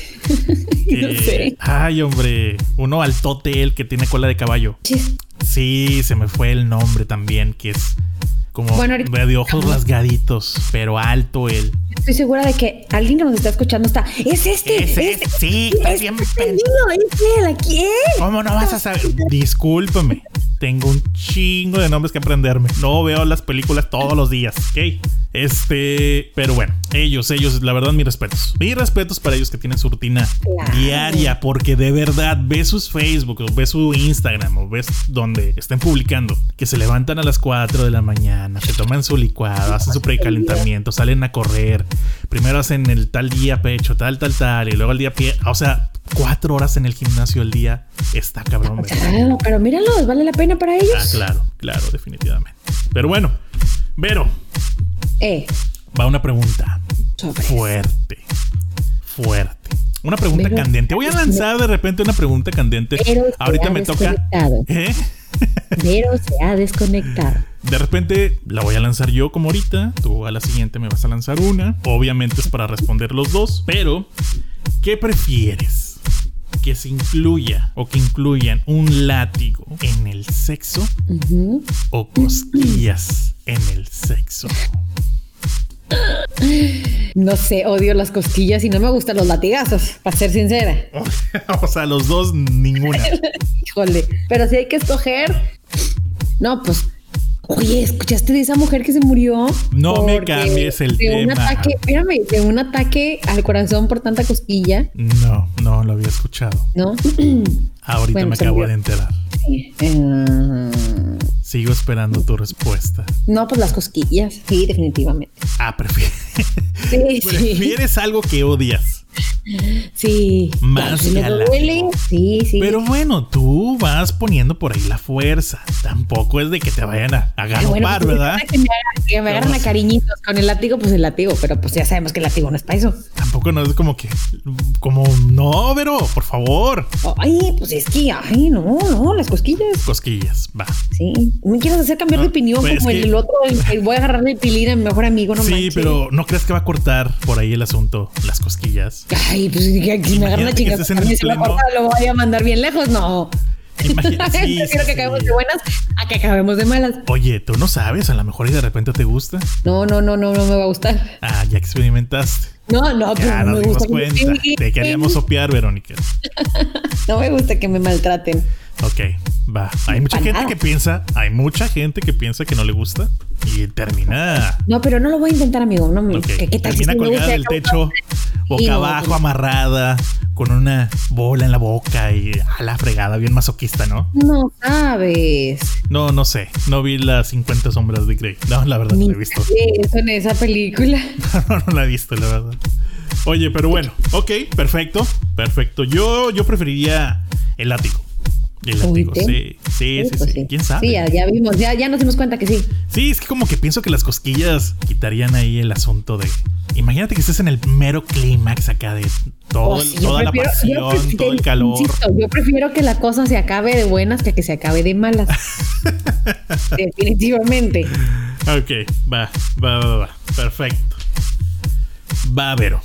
Speaker 3: No sé.
Speaker 2: Ay, hombre, uno altote, el que tiene cola de caballo.
Speaker 3: Chis.
Speaker 2: Sí, se me fue el nombre también, que es como
Speaker 3: Bueno, ahorita-
Speaker 2: de ojos rasgaditos, pero alto él.
Speaker 3: Estoy segura de que alguien que nos está escuchando está. Es este.
Speaker 2: Ese
Speaker 3: es,
Speaker 2: es, sí, está
Speaker 3: es
Speaker 2: bien
Speaker 3: este
Speaker 2: pen-
Speaker 3: niño, es él, aquí él.
Speaker 2: ¿Cómo no vas a saber? Discúlpame. Tengo un chingo de nombres que aprenderme. No veo las películas todos los días, ¿ok? Este, pero bueno, ellos, ellos, la verdad, mis respetos. Mis respetos para ellos que tienen su rutina
Speaker 3: Claro.
Speaker 2: diaria, porque de verdad ves sus Facebook, o ves su Instagram, o ves donde estén publicando, que se levantan a las 4 de la mañana, se toman su licuado, hacen su precalentamiento, salen a correr, primero hacen el tal día pecho, tal, tal, tal, y luego el día pie. O sea, cuatro horas en el gimnasio al día está cabrón. ¿verdad?
Speaker 3: Claro, pero míralos, vale la pena para ellos.
Speaker 2: Ah, claro, claro, definitivamente. Pero bueno, Vero,
Speaker 3: Eh,
Speaker 2: va una pregunta
Speaker 3: sobre.
Speaker 2: fuerte, fuerte. Una pregunta
Speaker 3: Vero,
Speaker 2: candente. Voy a lanzar de repente una pregunta candente.
Speaker 3: Vero se
Speaker 2: Ahorita
Speaker 3: ha
Speaker 2: me toca.
Speaker 3: desconectado.
Speaker 2: ¿Eh?
Speaker 3: Vero se ha desconectado.
Speaker 2: De repente la voy a lanzar yo como ahorita. Tú a la siguiente me vas a lanzar una. Obviamente es para responder los dos. Pero, ¿qué prefieres? Que se incluya o que incluyan un látigo en el sexo
Speaker 3: Ujú.
Speaker 2: o cosquillas en el sexo.
Speaker 3: No sé, odio las cosquillas y no me gustan los latigazos, para ser sincera.
Speaker 2: o sea, los dos ninguna.
Speaker 3: Híjole. Pero si hay que escoger. No, pues. Oye, ¿escuchaste de esa mujer que se murió?
Speaker 2: No me
Speaker 3: Porque
Speaker 2: cambies el
Speaker 3: de Un
Speaker 2: tema.
Speaker 3: ataque, espérame, de un ataque al corazón por tanta cosquilla,
Speaker 2: No, no lo había escuchado.
Speaker 3: ¿no?
Speaker 2: Ahorita
Speaker 3: Bueno,
Speaker 2: me
Speaker 3: se
Speaker 2: acabo
Speaker 3: murió.
Speaker 2: de enterar.
Speaker 3: Sí. Ah,
Speaker 2: Sigo esperando tu respuesta.
Speaker 3: no, pues las cosquillas. Sí, definitivamente.
Speaker 2: Ah, prefi-
Speaker 3: Sí, sí.
Speaker 2: prefieres algo que odias.
Speaker 3: Sí.
Speaker 2: Más
Speaker 3: Sí, me
Speaker 2: que al látigo.
Speaker 3: duele. Sí, sí.
Speaker 2: Pero bueno, tú vas poniendo por ahí la fuerza. Tampoco es de que te vayan a
Speaker 3: Ah, bueno,
Speaker 2: agarrar,
Speaker 3: pues,
Speaker 2: ¿verdad?
Speaker 3: Que me, agarran- que me agarran a cariñitos con el látigo, pues el látigo, pero pues ya sabemos que el látigo no es para eso.
Speaker 2: Tampoco no es como que, como, no, pero por favor.
Speaker 3: Ay, pues es que, ay, no, no, las cosquillas.
Speaker 2: Cosquillas, va.
Speaker 3: Sí. Me quieres hacer cambiar de
Speaker 2: No,
Speaker 3: opinión
Speaker 2: pues,
Speaker 3: como
Speaker 2: es
Speaker 3: el,
Speaker 2: que-
Speaker 3: el otro, el, el voy a agarrarle el pilín a mi mejor amigo, no
Speaker 2: sí,
Speaker 3: manches.
Speaker 2: pero ¿no crees que va a cortar por ahí el asunto las cosquillas?
Speaker 3: Ay, pues que si me agarra una
Speaker 2: Imagínate que
Speaker 3: chingada,
Speaker 2: estés en el
Speaker 3: también se me
Speaker 2: pleno.
Speaker 3: corta, lo voy a mandar bien lejos. No.
Speaker 2: Imagina- sí, sí,
Speaker 3: Prefiero que
Speaker 2: sí.
Speaker 3: acabemos de buenas a que acabemos de malas.
Speaker 2: Oye, tú no sabes, a lo mejor y de repente te gusta.
Speaker 3: No, no, no, no, no me va a gustar.
Speaker 2: Ah, ya experimentaste.
Speaker 3: No, no, pues
Speaker 2: Ya
Speaker 3: no
Speaker 2: nos
Speaker 3: me
Speaker 2: dimos
Speaker 3: gusta. que me
Speaker 2: cuenta.
Speaker 3: peguen.
Speaker 2: Te queríamos sopear, Verónica.
Speaker 3: No me gusta que me maltraten.
Speaker 2: Ok, va. Hay mucha
Speaker 3: Para
Speaker 2: gente
Speaker 3: nada.
Speaker 2: que piensa, hay mucha gente que piensa que no le gusta y termina.
Speaker 3: No, pero no lo voy a intentar, amigo. No, me
Speaker 2: ok,
Speaker 3: Mm, ¿qué, qué tal si
Speaker 2: termina
Speaker 3: sí me
Speaker 2: colgada
Speaker 3: gusta?
Speaker 2: del techo, boca
Speaker 3: no, pues.
Speaker 2: abajo,
Speaker 3: no.
Speaker 2: amarrada, con una bola en la boca y a la fregada, bien masoquista, ¿no?
Speaker 3: No sabes.
Speaker 2: No, no sé. No vi las 50 sombras de Grey. No, la verdad, no
Speaker 3: Ni
Speaker 2: la he visto.
Speaker 3: eso en esa película.
Speaker 2: no, no la he visto, la verdad. Oye, pero bueno, ok, perfecto, perfecto. Yo, yo preferiría el látigo. El
Speaker 3: Uy,
Speaker 2: látigo,
Speaker 3: ¿te?
Speaker 2: sí, sí, sí,
Speaker 3: pues
Speaker 2: sí. ¿Quién sabe?
Speaker 3: Sí, ya, ya vimos, ya, ya nos dimos cuenta que sí.
Speaker 2: Sí, es que como que pienso que las cosquillas quitarían ahí el asunto de. Imagínate que estés en el mero clímax acá de todo,
Speaker 3: Oh, sí, yo
Speaker 2: toda
Speaker 3: prefiero-
Speaker 2: la
Speaker 3: yo
Speaker 2: pasión,
Speaker 3: prefiero-
Speaker 2: todo el calor.
Speaker 3: insisto, yo prefiero que la cosa se acabe de buenas que que se acabe de malas. Definitivamente.
Speaker 2: Ok, va, va, va, va. Perfecto. Va, Vero.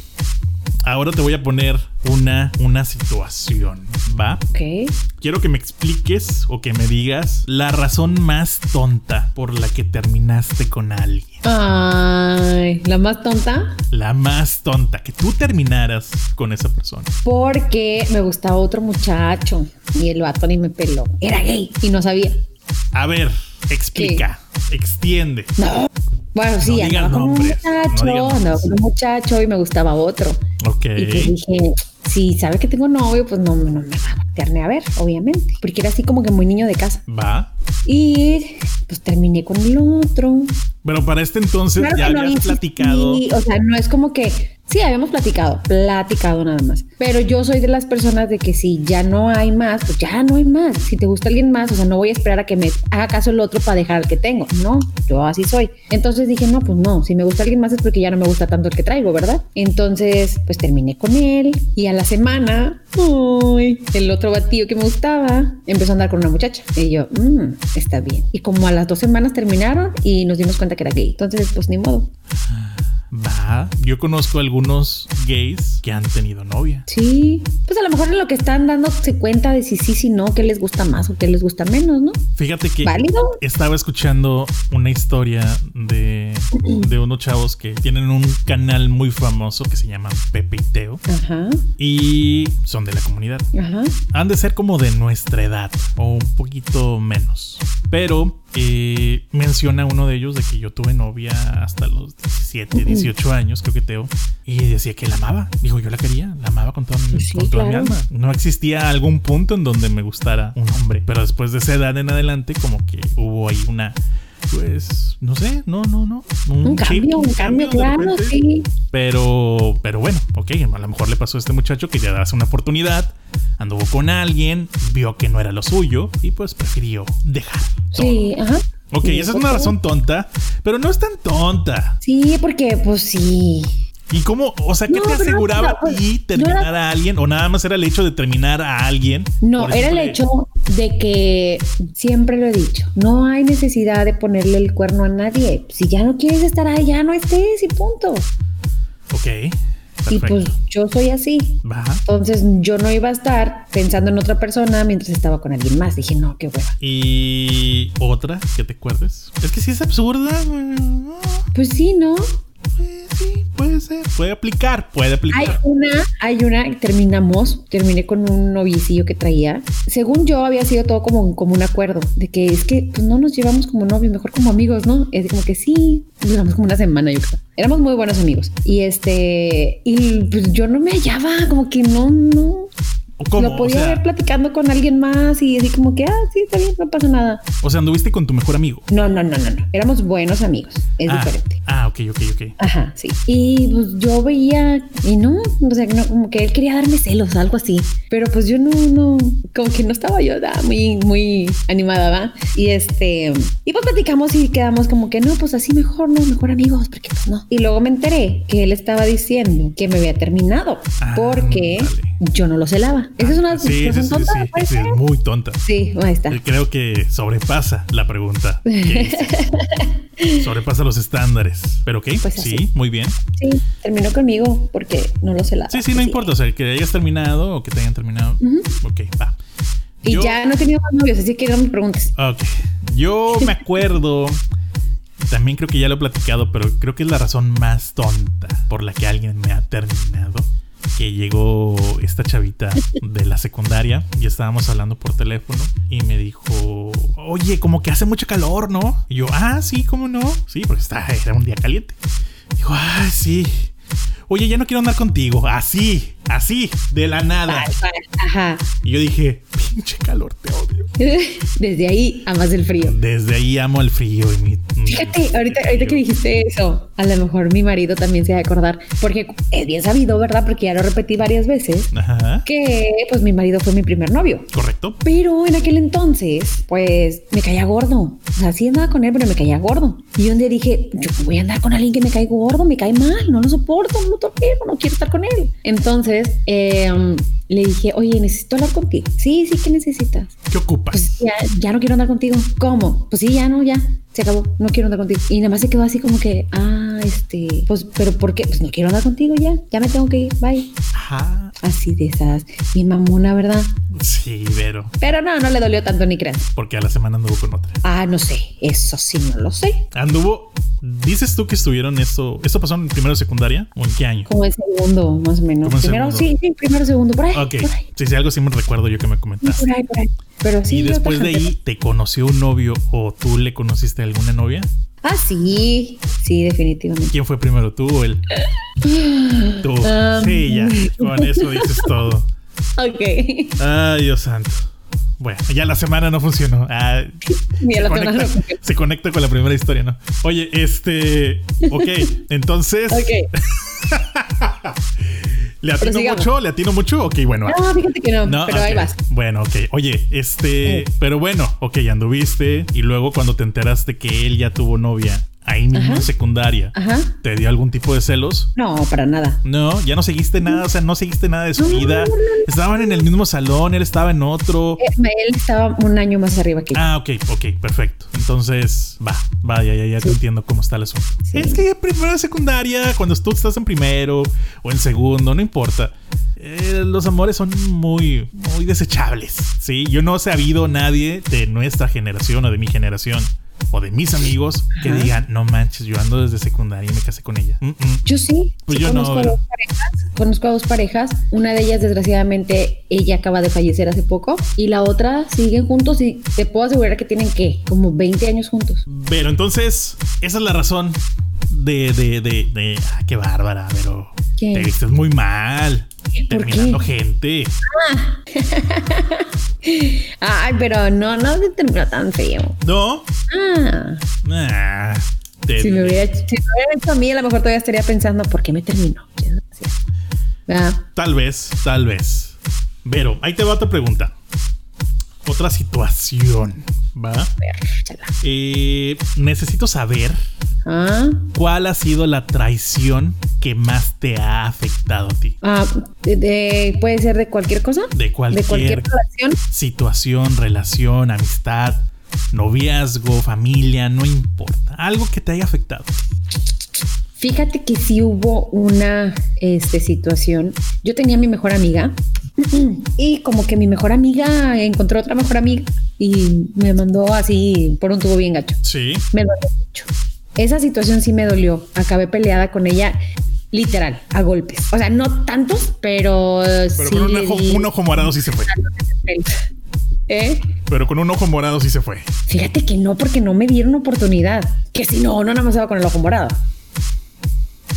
Speaker 2: Ahora te voy a poner una, una situación. Va.
Speaker 3: Ok.
Speaker 2: Quiero que me expliques o que me digas la razón más tonta por la que terminaste con alguien.
Speaker 3: Ay, la más tonta,
Speaker 2: La más tonta, que tú terminaras con esa persona.
Speaker 3: porque me gustaba otro muchacho y el vato ni me peló. Era gay y no sabía.
Speaker 2: A ver, explica, extiende.
Speaker 3: No. Bueno,
Speaker 2: No
Speaker 3: sí,
Speaker 2: digas
Speaker 3: andaba con un
Speaker 2: nombres,
Speaker 3: muchacho,
Speaker 2: no digas
Speaker 3: andaba
Speaker 2: nombres.
Speaker 3: con un muchacho y me gustaba otro.
Speaker 2: Ok.
Speaker 3: Y pues dije, si sabe que tengo novio, pues no, no me va a voltear ni a ver, obviamente. Porque era así como que muy niño de casa.
Speaker 2: Va.
Speaker 3: Y pues terminé con el otro.
Speaker 2: Pero para este entonces
Speaker 3: Claro
Speaker 2: ya
Speaker 3: que no
Speaker 2: habías
Speaker 3: insistí,
Speaker 2: platicado.
Speaker 3: O sea, no es como que Sí, habíamos platicado, platicado nada más. Pero yo soy de las personas de que si ya no hay más, pues ya no hay más. Si te gusta alguien más, o sea, no voy a esperar a que me haga caso el otro para dejar al que tengo. No, yo así soy. Entonces dije, no, pues no, si me gusta alguien más es porque ya no me gusta tanto el que traigo, ¿verdad? Entonces, pues terminé con él y a la semana, uy, el otro batío que me gustaba empezó a andar con una muchacha. Y yo, mmm, está bien. Y como a las dos semanas terminaron y nos dimos cuenta que era gay. Entonces, pues ni modo.
Speaker 2: Va, yo conozco algunos gays que han tenido novia.
Speaker 3: Sí, pues a lo mejor en lo que están dándose cuenta de si sí, si no, qué les gusta más o qué les gusta menos, ¿no?
Speaker 2: Fíjate que
Speaker 3: ¿Válido?
Speaker 2: estaba escuchando una historia de, de unos chavos que tienen un canal muy famoso que se llama Pepe y Teo
Speaker 3: Ajá,
Speaker 2: y son de la comunidad.
Speaker 3: ajá.
Speaker 2: Han de ser como de nuestra edad o un poquito menos. Pero eh, menciona uno de ellos de que yo tuve novia hasta los 17, 18 años, creo que Teo, y decía que la amaba. Dijo, yo la quería, la amaba con toda mi,
Speaker 3: Pues Sí,
Speaker 2: con toda mi
Speaker 3: claro.
Speaker 2: alma. No existía algún punto en donde me gustara un hombre. Pero después de esa edad en adelante, como que hubo ahí una. Pues no sé, no, no, no.
Speaker 3: Un
Speaker 2: chip,
Speaker 3: cambio, un cambio,
Speaker 2: de
Speaker 3: claro,
Speaker 2: repente.
Speaker 3: sí.
Speaker 2: Pero, pero bueno, ok, a lo mejor le pasó a este muchacho que ya darse una oportunidad, anduvo con alguien, vio que no era lo suyo y pues prefirió dejar. todo.
Speaker 3: Sí, ajá.
Speaker 2: Ok,
Speaker 3: Sí,
Speaker 2: esa es
Speaker 3: pues,
Speaker 2: una
Speaker 3: sí.
Speaker 2: razón tonta, pero no es tan tonta.
Speaker 3: Sí, porque pues sí.
Speaker 2: ¿Y cómo? O sea, ¿qué
Speaker 3: No,
Speaker 2: te
Speaker 3: pero no,
Speaker 2: aseguraba
Speaker 3: pues,
Speaker 2: a ti
Speaker 3: no era-
Speaker 2: terminar a alguien? ¿O nada más era el hecho de terminar a alguien?
Speaker 3: No,
Speaker 2: por
Speaker 3: era el
Speaker 2: simple-
Speaker 3: hecho de que siempre lo he dicho, no hay necesidad de ponerle el cuerno a nadie. Si ya no quieres estar ahí, ya no estés y punto.
Speaker 2: Ok.
Speaker 3: Y pues
Speaker 2: Perfecto.
Speaker 3: yo soy así.
Speaker 2: Va.
Speaker 3: Entonces yo no iba a estar pensando en otra persona mientras estaba con alguien más. Dije, no, qué hueva.
Speaker 2: Y otra que te acuerdes. Es que sí es absurda. güey. No,
Speaker 3: Pues sí, ¿no?
Speaker 2: pues, sí, puede ser. Puede aplicar, puede aplicar.
Speaker 3: Hay una, hay una, terminamos, terminé con un noviecillo que traía. Según yo había sido todo como, un- como un acuerdo, de que es que pues, no nos llevamos como novios, mejor como amigos, ¿no? Es como que sí, duramos como una semana, yo creo. Éramos muy buenos amigos. Y este, y pues yo no me hallaba, como que no, no.
Speaker 2: ¿O cómo?
Speaker 3: Lo
Speaker 2: o,
Speaker 3: podía ver
Speaker 2: sea,
Speaker 3: platicando con alguien más y así como que, ah, sí, está bien, no pasa nada.
Speaker 2: o sea, anduviste con tu mejor amigo.
Speaker 3: No, no, no, no, no. Éramos buenos amigos. Es
Speaker 2: ah,
Speaker 3: diferente.
Speaker 2: Ah, ok, ok, ok.
Speaker 3: Ajá, sí. Y pues yo veía, y no, o sea, no, como que él quería darme celos, algo así. Pero pues yo no, no, como que no estaba yo da, muy, muy animada, ¿va? Y este, y pues platicamos y quedamos como que no, pues así mejor, no, mejor amigos, porque pues no. Y luego me enteré que él estaba diciendo que me había terminado
Speaker 2: Ah,
Speaker 3: porque
Speaker 2: vale.
Speaker 3: yo no lo celaba. Esa es una
Speaker 2: sí, sí, sí,
Speaker 3: razón
Speaker 2: sí,
Speaker 3: tonta,
Speaker 2: sí,
Speaker 3: ¿me
Speaker 2: sí,
Speaker 3: parece?
Speaker 2: es muy tonta. Eh,
Speaker 3: Sí, ahí está.
Speaker 2: Creo que sobrepasa la pregunta. que hice. sobrepasa los estándares. Pero ok,
Speaker 3: Pues así.
Speaker 2: sí, muy bien.
Speaker 3: Sí, terminó conmigo porque no lo celaba.
Speaker 2: Sí, sí, no importa. O sea, que hayas terminado o que te hayan terminado. Ok, va.
Speaker 3: Y
Speaker 2: Yo-
Speaker 3: ya no he tenido más novios, así que no me preguntes.
Speaker 2: Ok. Yo me acuerdo. También creo que ya lo he platicado, pero creo que es la razón más tonta por la que alguien me ha terminado. Que llegó esta chavita de la secundaria y estábamos hablando por teléfono y me dijo, oye, como que hace mucho calor, ¿no? Y yo, ah, sí, ¿cómo no? Sí, porque está, era un día caliente. Dijo, ah, sí. Oye, ya no quiero andar contigo. Así, así, de la nada.
Speaker 3: Ah, Ajá.
Speaker 2: Y yo dije, pinche calor, te odio.
Speaker 3: Desde ahí amas el frío.
Speaker 2: Desde ahí amo el frío. Y mi,
Speaker 3: Fíjate, ahorita, ahorita que dijiste eso, a lo mejor mi marido también se va a acordar, porque es bien sabido, ¿verdad? Porque ya lo repetí varias veces,
Speaker 2: Ajá.
Speaker 3: que pues mi marido fue mi primer novio.
Speaker 2: Correcto.
Speaker 3: Pero en aquel entonces, pues me caía gordo. O sea, sí andaba con él, pero me caía gordo. Y un día dije, yo voy a andar con alguien que me cae gordo, me cae mal, no lo soporto, no lo tolero, no quiero estar con él. Entonces em, le dije, oye, necesito hablar contigo. Sí, sí, ¿qué necesitas?
Speaker 2: ¿Qué ocupas?
Speaker 3: pues ya, ya no quiero andar contigo. ¿Cómo? Pues sí, ya no, ya. Se acabó, no quiero andar contigo. Y nada más se quedó así como que, ah, este, pues, pero ¿por qué? Pues no quiero andar contigo ya, ya me tengo que ir, bye.
Speaker 2: Ajá.
Speaker 3: Así de esas, mi mamona, ¿verdad?
Speaker 2: Sí, pero.
Speaker 3: Pero no, no le dolió tanto ni creas.
Speaker 2: Porque a la semana anduvo con otra.
Speaker 3: Ah, no sé, eso sí, no lo sé.
Speaker 2: Anduvo. Dices tú que estuvieron esto. ¿Esto pasó en primero de secundaria? ¿O en qué año?
Speaker 3: Como el segundo, más o menos.
Speaker 2: Como en
Speaker 3: Primero,
Speaker 2: segundo.
Speaker 3: sí, sí, primero, segundo, por ahí.
Speaker 2: Ok.
Speaker 3: Por ahí.
Speaker 2: Sí, sí, algo sí me recuerdo yo que me
Speaker 3: Sí,
Speaker 2: comentaste.
Speaker 3: por ahí, por ahí. Pero sí,
Speaker 2: y
Speaker 3: yo
Speaker 2: después de
Speaker 3: otra gente-
Speaker 2: ahí, ¿te conoció un novio o tú le conociste a alguna novia?
Speaker 3: Ah, sí, sí, definitivamente.
Speaker 2: ¿Quién fue primero, tú o él? Tú.
Speaker 3: Um.
Speaker 2: Sí, ya. Con eso dices todo.
Speaker 3: Ok.
Speaker 2: Ay, Dios santo. Bueno, ya la semana no funcionó. Ah,
Speaker 3: Mira, la semana.
Speaker 2: conecta, se conecta con la primera historia, ¿no? Oye, este. Ok, entonces.
Speaker 3: Ok.
Speaker 2: ¿Le atino mucho? ¿Le atino mucho? Ok, bueno.
Speaker 3: No, ah, fíjate que no, pero
Speaker 2: ok.
Speaker 3: ahí vas.
Speaker 2: Bueno, ok. Oye, este, pero bueno, ok, anduviste y luego cuando te enteraste que él ya tuvo novia, ahí mismo en
Speaker 3: Ajá.
Speaker 2: secundaria,
Speaker 3: Ajá.
Speaker 2: ¿te dio algún tipo de celos?
Speaker 3: No, para nada.
Speaker 2: No, ya no seguiste nada, o sea, no seguiste nada de su
Speaker 3: No,
Speaker 2: vida.
Speaker 3: no, no, no.
Speaker 2: Estaban en el mismo salón, él estaba en otro.
Speaker 3: Eh, Él estaba un año más arriba que yo.
Speaker 2: Ah, ok, ok, perfecto. Entonces, va, va, ya, ya, ya te entiendo cómo está el asunto.
Speaker 3: Sí.
Speaker 2: Es que primero de secundaria, cuando tú estás en primero o en segundo, no importa. eh, los amores son muy, muy desechables. Sí, yo no he sabido nadie de nuestra generación o de mi generación o de mis amigos que
Speaker 3: Ajá.
Speaker 2: digan, no manches, yo ando desde secundaria y me casé con ella. Mm, mm.
Speaker 3: Yo sí.
Speaker 2: Pues
Speaker 3: Sí,
Speaker 2: yo no,
Speaker 3: conozco, a
Speaker 2: pero-
Speaker 3: dos parejas, conozco a dos parejas. Una de ellas, desgraciadamente, ella acaba de fallecer hace poco. Y la otra siguen juntos y te puedo asegurar que tienen que como 20 años juntos.
Speaker 2: Pero entonces, esa es la razón de, de, de, de- ah, qué bárbara, pero
Speaker 3: ¿Qué?
Speaker 2: te vistes muy mal.
Speaker 3: ¿Por qué?
Speaker 2: Terminando gente.
Speaker 3: Ay, pero no, no se terminó tan feo.
Speaker 2: No.
Speaker 3: Ah,
Speaker 2: Ah, te-
Speaker 3: si me hubiera, si me hubiera hecho a mí, a lo mejor todavía estaría pensando, ¿por qué me terminó? Qué desgracia. Ah,
Speaker 2: Tal vez, tal vez. Pero ahí te va otra pregunta. Otra situación. ¿Va?
Speaker 3: a ver, chala.
Speaker 2: Eh, necesito saber
Speaker 3: Ah,
Speaker 2: cuál ha sido la traición que más te ha afectado a ti.
Speaker 3: ah, de- de- puede ser de cualquier cosa.
Speaker 2: De cualquier-
Speaker 3: De cualquier relación.
Speaker 2: situación, relación, amistad, noviazgo, familia, no importa. Algo que te haya afectado.
Speaker 3: Fíjate que sí hubo una este, situación. Yo tenía mi mejor amiga y como que mi mejor amiga encontró otra mejor amiga y me mandó así por un tubo bien gacho.
Speaker 2: Sí.
Speaker 3: Me dolió mucho. Esa situación sí me dolió. Acabé peleada con ella literal, a golpes. O sea, no tantos, pero...
Speaker 2: Pero
Speaker 3: sí
Speaker 2: con un
Speaker 3: le
Speaker 2: ojo,
Speaker 3: di-
Speaker 2: un ojo morado sí se fue.
Speaker 3: ¿Eh?
Speaker 2: Pero con un ojo morado sí se fue.
Speaker 3: Fíjate que no, porque no me dieron oportunidad. Que si no, no nada más iba con el ojo morado.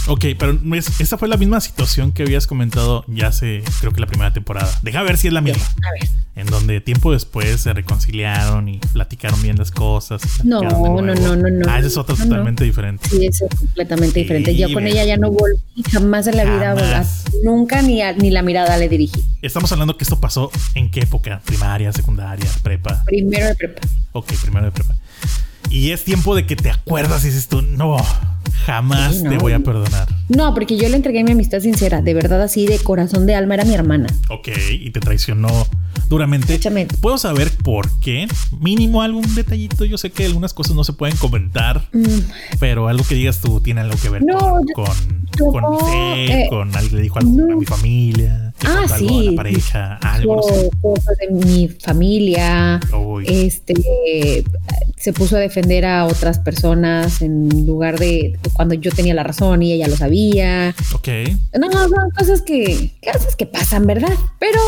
Speaker 2: Ok, pero es- esta fue la misma situación que habías comentado ya hace, creo que la primera temporada. Deja ver si es la
Speaker 3: Bien,
Speaker 2: misma.
Speaker 3: A ver.
Speaker 2: En donde tiempo después se reconciliaron y platicaron bien las cosas.
Speaker 3: No,
Speaker 2: platicaron de
Speaker 3: no,
Speaker 2: nuevo.
Speaker 3: no, no, no.
Speaker 2: Ah, esa es otra
Speaker 3: No, no.
Speaker 2: totalmente diferente.
Speaker 3: Sí, eso es completamente diferente. Yo con
Speaker 2: Vive.
Speaker 3: ella ya no volví jamás en la vida,
Speaker 2: Jamás.
Speaker 3: a- nunca ni, a- ni la mirada le dirigí.
Speaker 2: Estamos hablando que esto pasó en qué época? Primaria, secundaria, prepa.
Speaker 3: Primero de prepa.
Speaker 2: Ok, primero de prepa. Y es tiempo de que te acuerdas y dices tú, no, jamás
Speaker 3: Sí, no.
Speaker 2: te voy a perdonar.
Speaker 3: No, porque yo le entregué mi amistad sincera, de verdad así, de corazón de alma, era mi hermana.
Speaker 2: Ok, y te traicionó duramente.
Speaker 3: Échame.
Speaker 2: ¿Puedo saber por qué? Mínimo algún detallito. Yo sé que algunas cosas no se pueden comentar,
Speaker 3: Mm,
Speaker 2: pero algo que digas tú tiene algo que ver
Speaker 3: No,
Speaker 2: con,
Speaker 3: yo-
Speaker 2: con,
Speaker 3: yo-
Speaker 2: con mi fe,
Speaker 3: eh,
Speaker 2: con algo le dijo algo
Speaker 3: no.
Speaker 2: a mi familia, le
Speaker 3: Ah,
Speaker 2: contó algo a
Speaker 3: sí.
Speaker 2: la pareja, algo. no
Speaker 3: o
Speaker 2: sé.
Speaker 3: cosas de mi familia,
Speaker 2: Uy.
Speaker 3: este, se puso a defender a otras personas en lugar de cuando yo tenía la razón y ella lo sabía.
Speaker 2: Ok,
Speaker 3: No, no, son cosas que, cosas que pasan, ¿verdad? Pero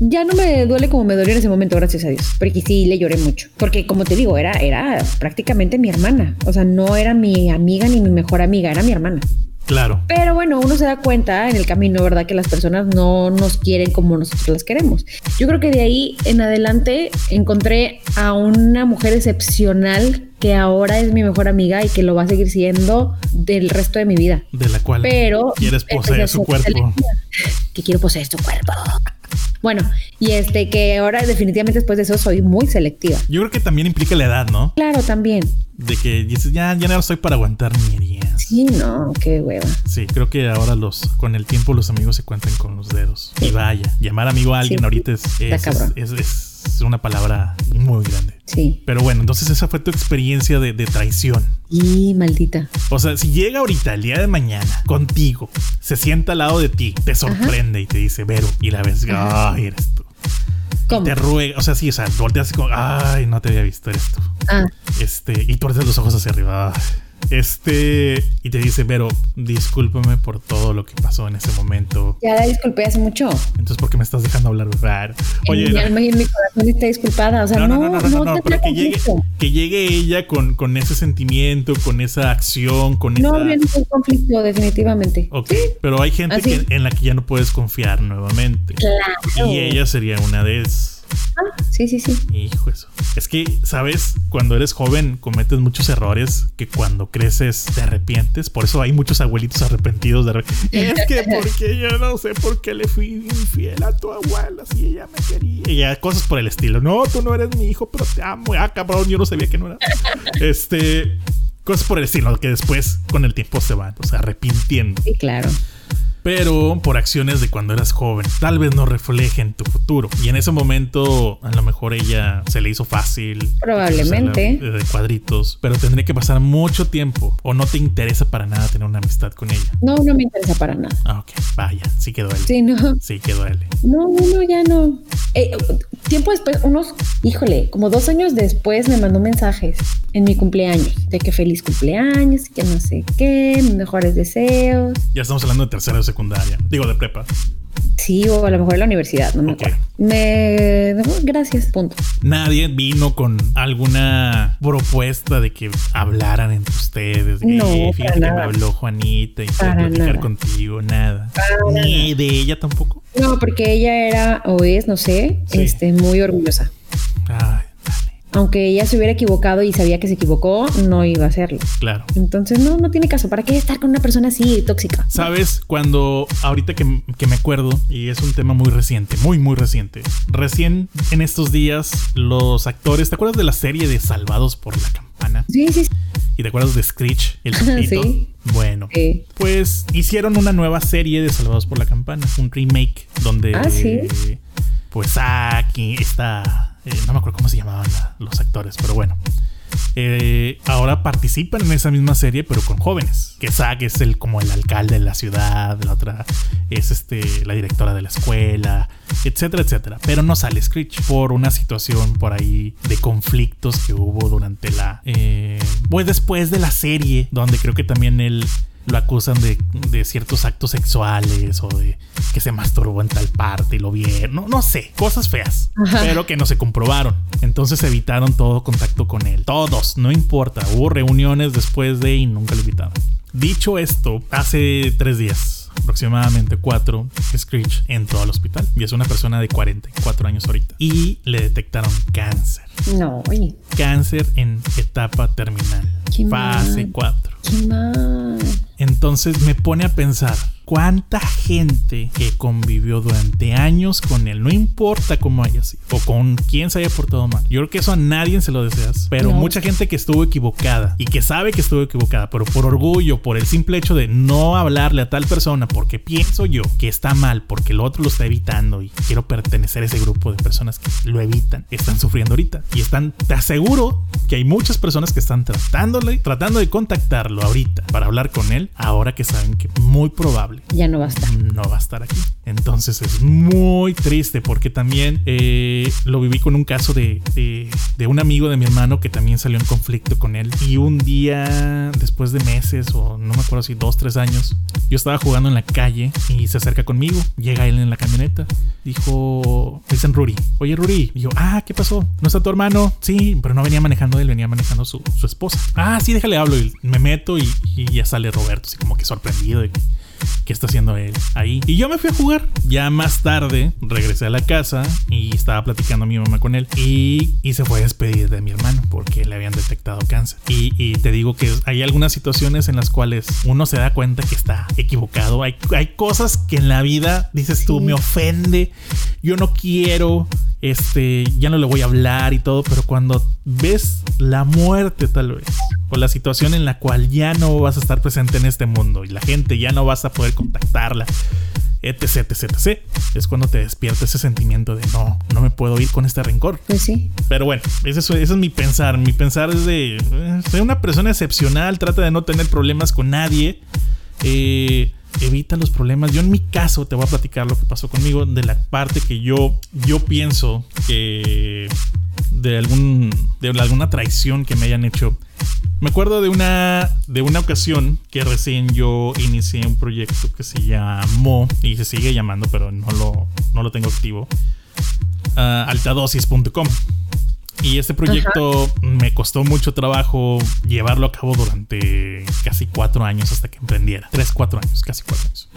Speaker 3: ya no me duele como me dolió en ese momento, gracias a Dios. Porque sí, le lloré mucho. Porque como te digo, era, era prácticamente mi hermana. O sea, no era mi amiga ni mi mejor amiga, era mi hermana.
Speaker 2: claro.
Speaker 3: Pero bueno, uno se da cuenta en el camino, ¿verdad? Que las personas no nos quieren como nosotros las queremos. Yo creo que de ahí en adelante encontré a una mujer excepcional que ahora es mi mejor amiga y que lo va a seguir siendo del resto de mi vida
Speaker 2: De la cual
Speaker 3: pero eh, pues,
Speaker 2: quieres poseer su cuerpo.
Speaker 3: que quiero poseer su cuerpo bueno y este que ahora definitivamente después de eso soy muy selectiva
Speaker 2: Yo creo que también implica la edad, ¿no?
Speaker 3: claro también
Speaker 2: De que dices, ya, ya no estoy para aguantar niñerías.
Speaker 3: sí no qué hueva
Speaker 2: Sí, creo que ahora los, con el tiempo los amigos se cuentan con los dedos. Y vaya, llamar amigo a alguien
Speaker 3: Sí.
Speaker 2: ahorita es, es,
Speaker 3: cabrón.
Speaker 2: es- es- es una palabra muy grande.
Speaker 3: sí
Speaker 2: Pero bueno, entonces esa fue tu experiencia de, de traición.
Speaker 3: y maldita
Speaker 2: O sea, si llega ahorita el día de mañana contigo, se sienta al lado de ti, te sorprende y te dice, Vero, y la ves, ay, eres tú.
Speaker 3: cómo
Speaker 2: Te ruega, o sea, sí, o sea, volteas y como, ay, no te había visto, eres tú.
Speaker 3: ah
Speaker 2: Este, y tuerces los ojos hacia arriba. Ah. Este, y te dice, Vero, discúlpame por todo lo que pasó en ese momento.
Speaker 3: ya la disculpé hace mucho
Speaker 2: Entonces, ¿por qué me estás dejando hablar? Raro. Oye,
Speaker 3: en, mi alma y en mi corazón está disculpada o sea
Speaker 2: no,
Speaker 3: no
Speaker 2: no, no, no, no, no, pero
Speaker 3: te
Speaker 2: que
Speaker 3: tratas
Speaker 2: llegue,
Speaker 3: mucho.
Speaker 2: que llegue ella con, con ese sentimiento, con esa acción, con
Speaker 3: no
Speaker 2: esa.
Speaker 3: había ningún conflicto definitivamente
Speaker 2: Ok, pero hay gente
Speaker 3: Así.
Speaker 2: que- en la que ya no puedes confiar nuevamente.
Speaker 3: claro
Speaker 2: Y ella sería una de esas.
Speaker 3: Ah, sí, sí, sí.
Speaker 2: Hijo eso. Es que, ¿sabes? Cuando eres joven cometes muchos errores que cuando creces te arrepientes. Por eso hay muchos abuelitos arrepentidos de... Es que porque yo no sé por qué le fui infiel a tu abuela si ella me quería. Y ya, cosas por el estilo. No, tú no eres mi hijo, pero te amo. Ah, cabrón, yo no sabía que no era. Este... Cosas por el estilo, que después con el tiempo se van, o sea, arrepintiendo.
Speaker 3: Sí, claro
Speaker 2: pero por acciones de cuando eras joven. Tal vez no reflejen tu futuro. Y en ese momento, a lo mejor ella se le hizo fácil. eh,
Speaker 3: Probablemente.
Speaker 2: De cuadritos. Pero tendría que pasar mucho tiempo. O no te interesa para nada tener una amistad con ella.
Speaker 3: No, no me interesa para nada.
Speaker 2: Ah, ok. Vaya. Sí que duele.
Speaker 3: Sí, no.
Speaker 2: Sí que duele.
Speaker 3: No, no, no, ya no. Eh, tiempo después, unos, híjole, como dos años después me mandó mensajes en mi cumpleaños. De que feliz cumpleaños, que no sé qué, mejores deseos.
Speaker 2: Ya estamos hablando de tercero secundaria, digo de prepa.
Speaker 3: Sí, o a lo mejor en la universidad, no me okay. acuerdo. Me... Gracias, punto.
Speaker 2: Nadie vino con alguna propuesta de que hablaran entre ustedes.
Speaker 3: No,
Speaker 2: eh, fíjate que me
Speaker 3: nada.
Speaker 2: habló Juanita y quiero
Speaker 3: Para
Speaker 2: platicar
Speaker 3: nada.
Speaker 2: contigo, nada. Ni de ella tampoco.
Speaker 3: No, porque ella era o es, no sé,
Speaker 2: Sí.
Speaker 3: este, muy orgullosa.
Speaker 2: Ay, dale,
Speaker 3: Aunque ella se hubiera equivocado y sabía que se equivocó, no iba a hacerlo.
Speaker 2: claro.
Speaker 3: Entonces, no, no tiene caso. ¿Para qué estar con una persona así tóxica?
Speaker 2: Sabes, cuando ahorita que, que me acuerdo, y es un tema muy reciente, muy, muy reciente. Recién en estos días, los actores, ¿te acuerdas de la serie de Salvados por la Campana?
Speaker 3: Sí, sí,
Speaker 2: ¿Y te acuerdas de Screech, el pito?
Speaker 3: Sí. Eh.
Speaker 2: Bueno,
Speaker 3: sí.
Speaker 2: Pues hicieron una nueva serie de Salvados por la Campana, un remake donde
Speaker 3: Ah, sí.
Speaker 2: pues aquí está, eh, no me acuerdo cómo se llamaban la- los actores, pero bueno. Eh, ahora participan en esa misma serie, pero con jóvenes. Que Zack es el como el alcalde de la ciudad, la otra es este la directora de la escuela, etcétera, etcétera. Pero no sale Screech por una situación por ahí de conflictos que hubo durante la. eh, pues después de la serie, donde creo que también él lo acusan de, de ciertos actos sexuales o de que se masturbó en tal parte y lo vieron, no, no sé, cosas feas,
Speaker 3: Ajá.
Speaker 2: pero que no se comprobaron. Entonces evitaron todo contacto con él, todos, no importa, hubo reuniones después de y nunca lo invitaron. Dicho esto, hace tres días, aproximadamente cuatro, Screech entró al hospital y es una persona de 44 años ahorita y le detectaron cáncer,
Speaker 3: No, oye,
Speaker 2: cáncer en etapa terminal,
Speaker 3: Qué
Speaker 2: fase
Speaker 3: mal.
Speaker 2: 4.
Speaker 3: qué mal.
Speaker 2: Entonces me pone a pensar cuánta gente que convivió durante años con él, no importa cómo haya sido o con quién se haya portado mal. Yo creo que eso a nadie se lo deseas, pero
Speaker 3: No.
Speaker 2: mucha gente que estuvo equivocada y que sabe que estuvo equivocada, pero por orgullo, por el simple hecho de no hablarle a tal persona porque pienso yo que está mal, porque el otro lo está evitando y quiero pertenecer a ese grupo de personas que lo evitan, están sufriendo ahorita y están, te aseguro que hay muchas personas que están tratándole, tratando de contactarlo ahorita para hablar con él, ahora que saben que muy probable
Speaker 3: Ya no basta.
Speaker 2: no va a estar aquí. Entonces es muy triste porque también eh, lo viví con un caso de, de- de un amigo de mi hermano que también salió en conflicto con él. Y un día, después de meses o no me acuerdo si dos, tres años, yo estaba jugando en la calle y se acerca conmigo. Llega él en la camioneta. Dijo, me dicen Ruri, oye Ruri. Y yo, ah, ¿qué pasó? ¿No está tu hermano? Sí, pero no venía manejando él, venía manejando su, su esposa. Ah, sí, déjale hablo. Y me meto y, y ya sale Roberto, así como que sorprendido. de que, ¿Qué está haciendo él ahí? Y yo me fui a jugar. Ya más tarde regresé a la casa y estaba platicando a mi mamá con él. Y, y se fue a despedir de mi hermano porque le habían detectado cáncer. Y, y te digo que hay algunas situaciones en las cuales uno se da cuenta que está equivocado. Hay, hay cosas que en la vida dices tú,
Speaker 3: Sí.
Speaker 2: me ofende, yo no quiero. Este, ya no le voy a hablar y todo, pero cuando ves la muerte tal vez, o la situación en la cual ya no vas a estar presente en este mundo y la gente ya no vas a poder contactarla, etc, etc, etc, es cuando te despierta ese sentimiento de no, no me puedo ir con este rencor.
Speaker 3: Pues sí.
Speaker 2: Pero bueno, ese es, ese es mi pensar. Mi pensar es de. eh, Soy una persona excepcional, trata de no tener problemas con nadie. eh, evita los problemas. Yo, en mi caso, te voy a platicar lo que pasó conmigo de la parte que yo, yo pienso que. De, algún, de alguna traición que me hayan hecho. Me acuerdo de una, de una ocasión que recién yo inicié un proyecto que se llamó y se sigue llamando, pero no lo, no lo tengo activo. ah, altadosis.com. Y este proyecto me costó mucho trabajo llevarlo a cabo durante casi cuatro años hasta que emprendiera. Tres, cuatro años, casi cuatro años.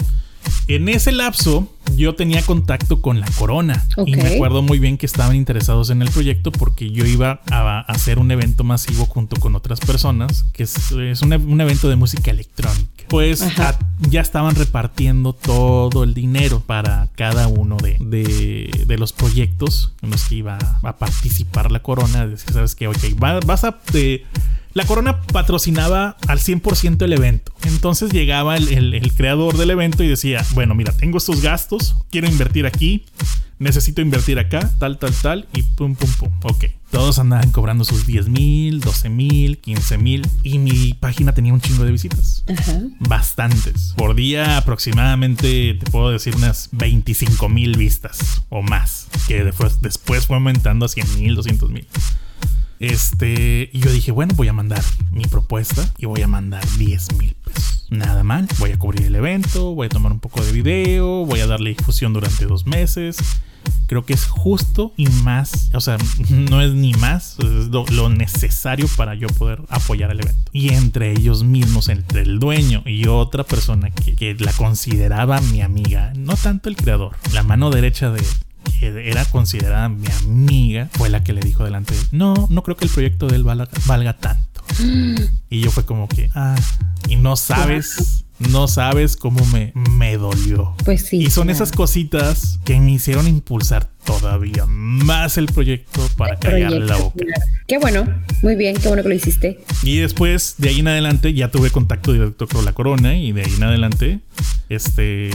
Speaker 2: En ese lapso yo tenía contacto con la corona okay. y me acuerdo muy bien que estaban interesados en el proyecto porque yo iba a hacer un evento masivo junto con otras personas, que es, es un, un, evento de música electrónica. Pues a, ya estaban repartiendo todo el dinero para cada uno de, de, de, los proyectos en los que iba a participar la corona. Decir, sabes que, ok, vas a... Te, la corona patrocinaba al 100% el evento. Entonces llegaba el, el, el, creador del evento y decía, bueno, mira, tengo estos gastos, quiero invertir aquí, necesito invertir acá, tal, tal, tal, y pum, pum, pum. Ok. Todos andaban cobrando sus 10 mil, 12 mil, 15 mil, y mi página tenía un chingo de visitas. Ajá. Bastantes. Por día aproximadamente, te puedo decir, unas 25 mil vistas o más, que después, después fue aumentando a 100 mil, 200 mil. Este, y yo dije, bueno, voy a mandar mi propuesta y voy a mandar 10 mil pesos. Nada mal, voy a cubrir el evento, voy a tomar un poco de video, voy a darle difusión durante dos meses. Creo que es justo y más, o sea, no es ni más, es lo, lo necesario para yo poder apoyar el evento. Y entre ellos mismos, entre el dueño y otra persona que, que la consideraba mi amiga, no tanto el creador, la mano derecha de él que era considerada mi amiga, fue la que le dijo delante, no, no creo que el proyecto de él valga, valga tanto. Y yo fue como que, ah, y no sabes, no sabes cómo me, me dolió.
Speaker 3: Pues sí.
Speaker 2: Y son
Speaker 3: claro.
Speaker 2: esas cositas que me hicieron impulsar todavía más el proyecto para callar la boca.
Speaker 3: Qué bueno, muy bien, qué bueno que lo hiciste.
Speaker 2: Y después, de ahí en adelante, ya tuve contacto directo con la corona y de ahí en adelante, este...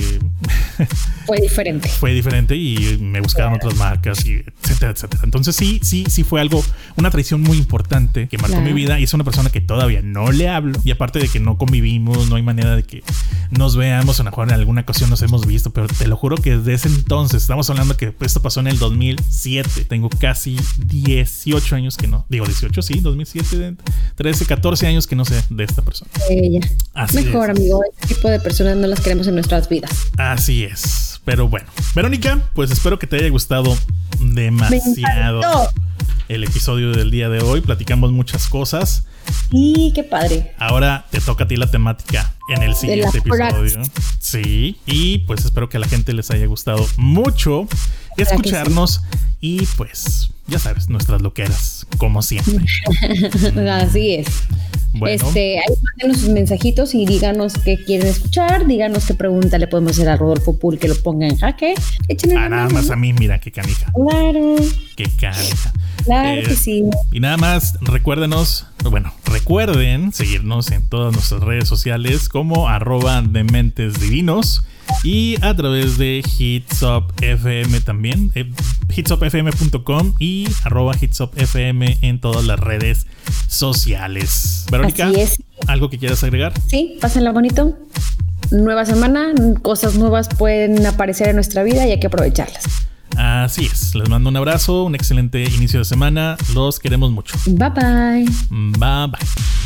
Speaker 3: fue diferente.
Speaker 2: fue diferente y me buscaban claro. otras marcas y etcétera, etcétera. Entonces sí, sí, sí fue algo, una traición muy importante que marcó claro. mi vida y es una persona que todavía no le hablo y aparte de que no convivimos, no hay manera de que nos veamos, a lo mejor en alguna ocasión nos hemos visto, pero te lo juro que desde ese entonces, estamos hablando que esto pasó en el 2007. Tengo casi 18 años que no. Digo 18, sí, 2007, 13, 14 años que no sé de esta persona.
Speaker 3: Ella. Así Mejor, es. amigo. Este tipo de personas no las queremos en nuestras vidas.
Speaker 2: Así es. Pero bueno, Verónica, pues espero que te haya gustado demasiado el episodio del día de hoy. Platicamos muchas cosas.
Speaker 3: Y qué padre.
Speaker 2: Ahora te toca a ti la temática en el siguiente episodio. Sí, y pues espero que a la gente les haya gustado mucho escucharnos sí. y pues ya sabes, nuestras loqueras, como siempre.
Speaker 3: Así es. Bueno. Este, ahí mándenos sus mensajitos y díganos qué quieren escuchar, díganos qué pregunta le podemos hacer a Rodolfo Pool que lo ponga en jaque.
Speaker 2: Échenle ah, nada más a mí, mira, qué canija.
Speaker 3: Claro.
Speaker 2: Qué canija.
Speaker 3: Claro eh, que sí.
Speaker 2: Y nada más, recuérdenos, bueno, recuerden seguirnos en todas nuestras redes sociales como arroba dementes divinos y a través de Hitsop FM también, eh, hitsopfm.com y arroba hitsopfm en todas las redes sociales. Verónica, ¿algo que quieras agregar?
Speaker 3: Sí, pásenla bonito. Nueva semana, cosas nuevas pueden aparecer en nuestra vida y hay que aprovecharlas.
Speaker 2: Así es, les mando un abrazo, un excelente inicio de semana, los queremos mucho.
Speaker 3: Bye bye.
Speaker 2: Bye bye.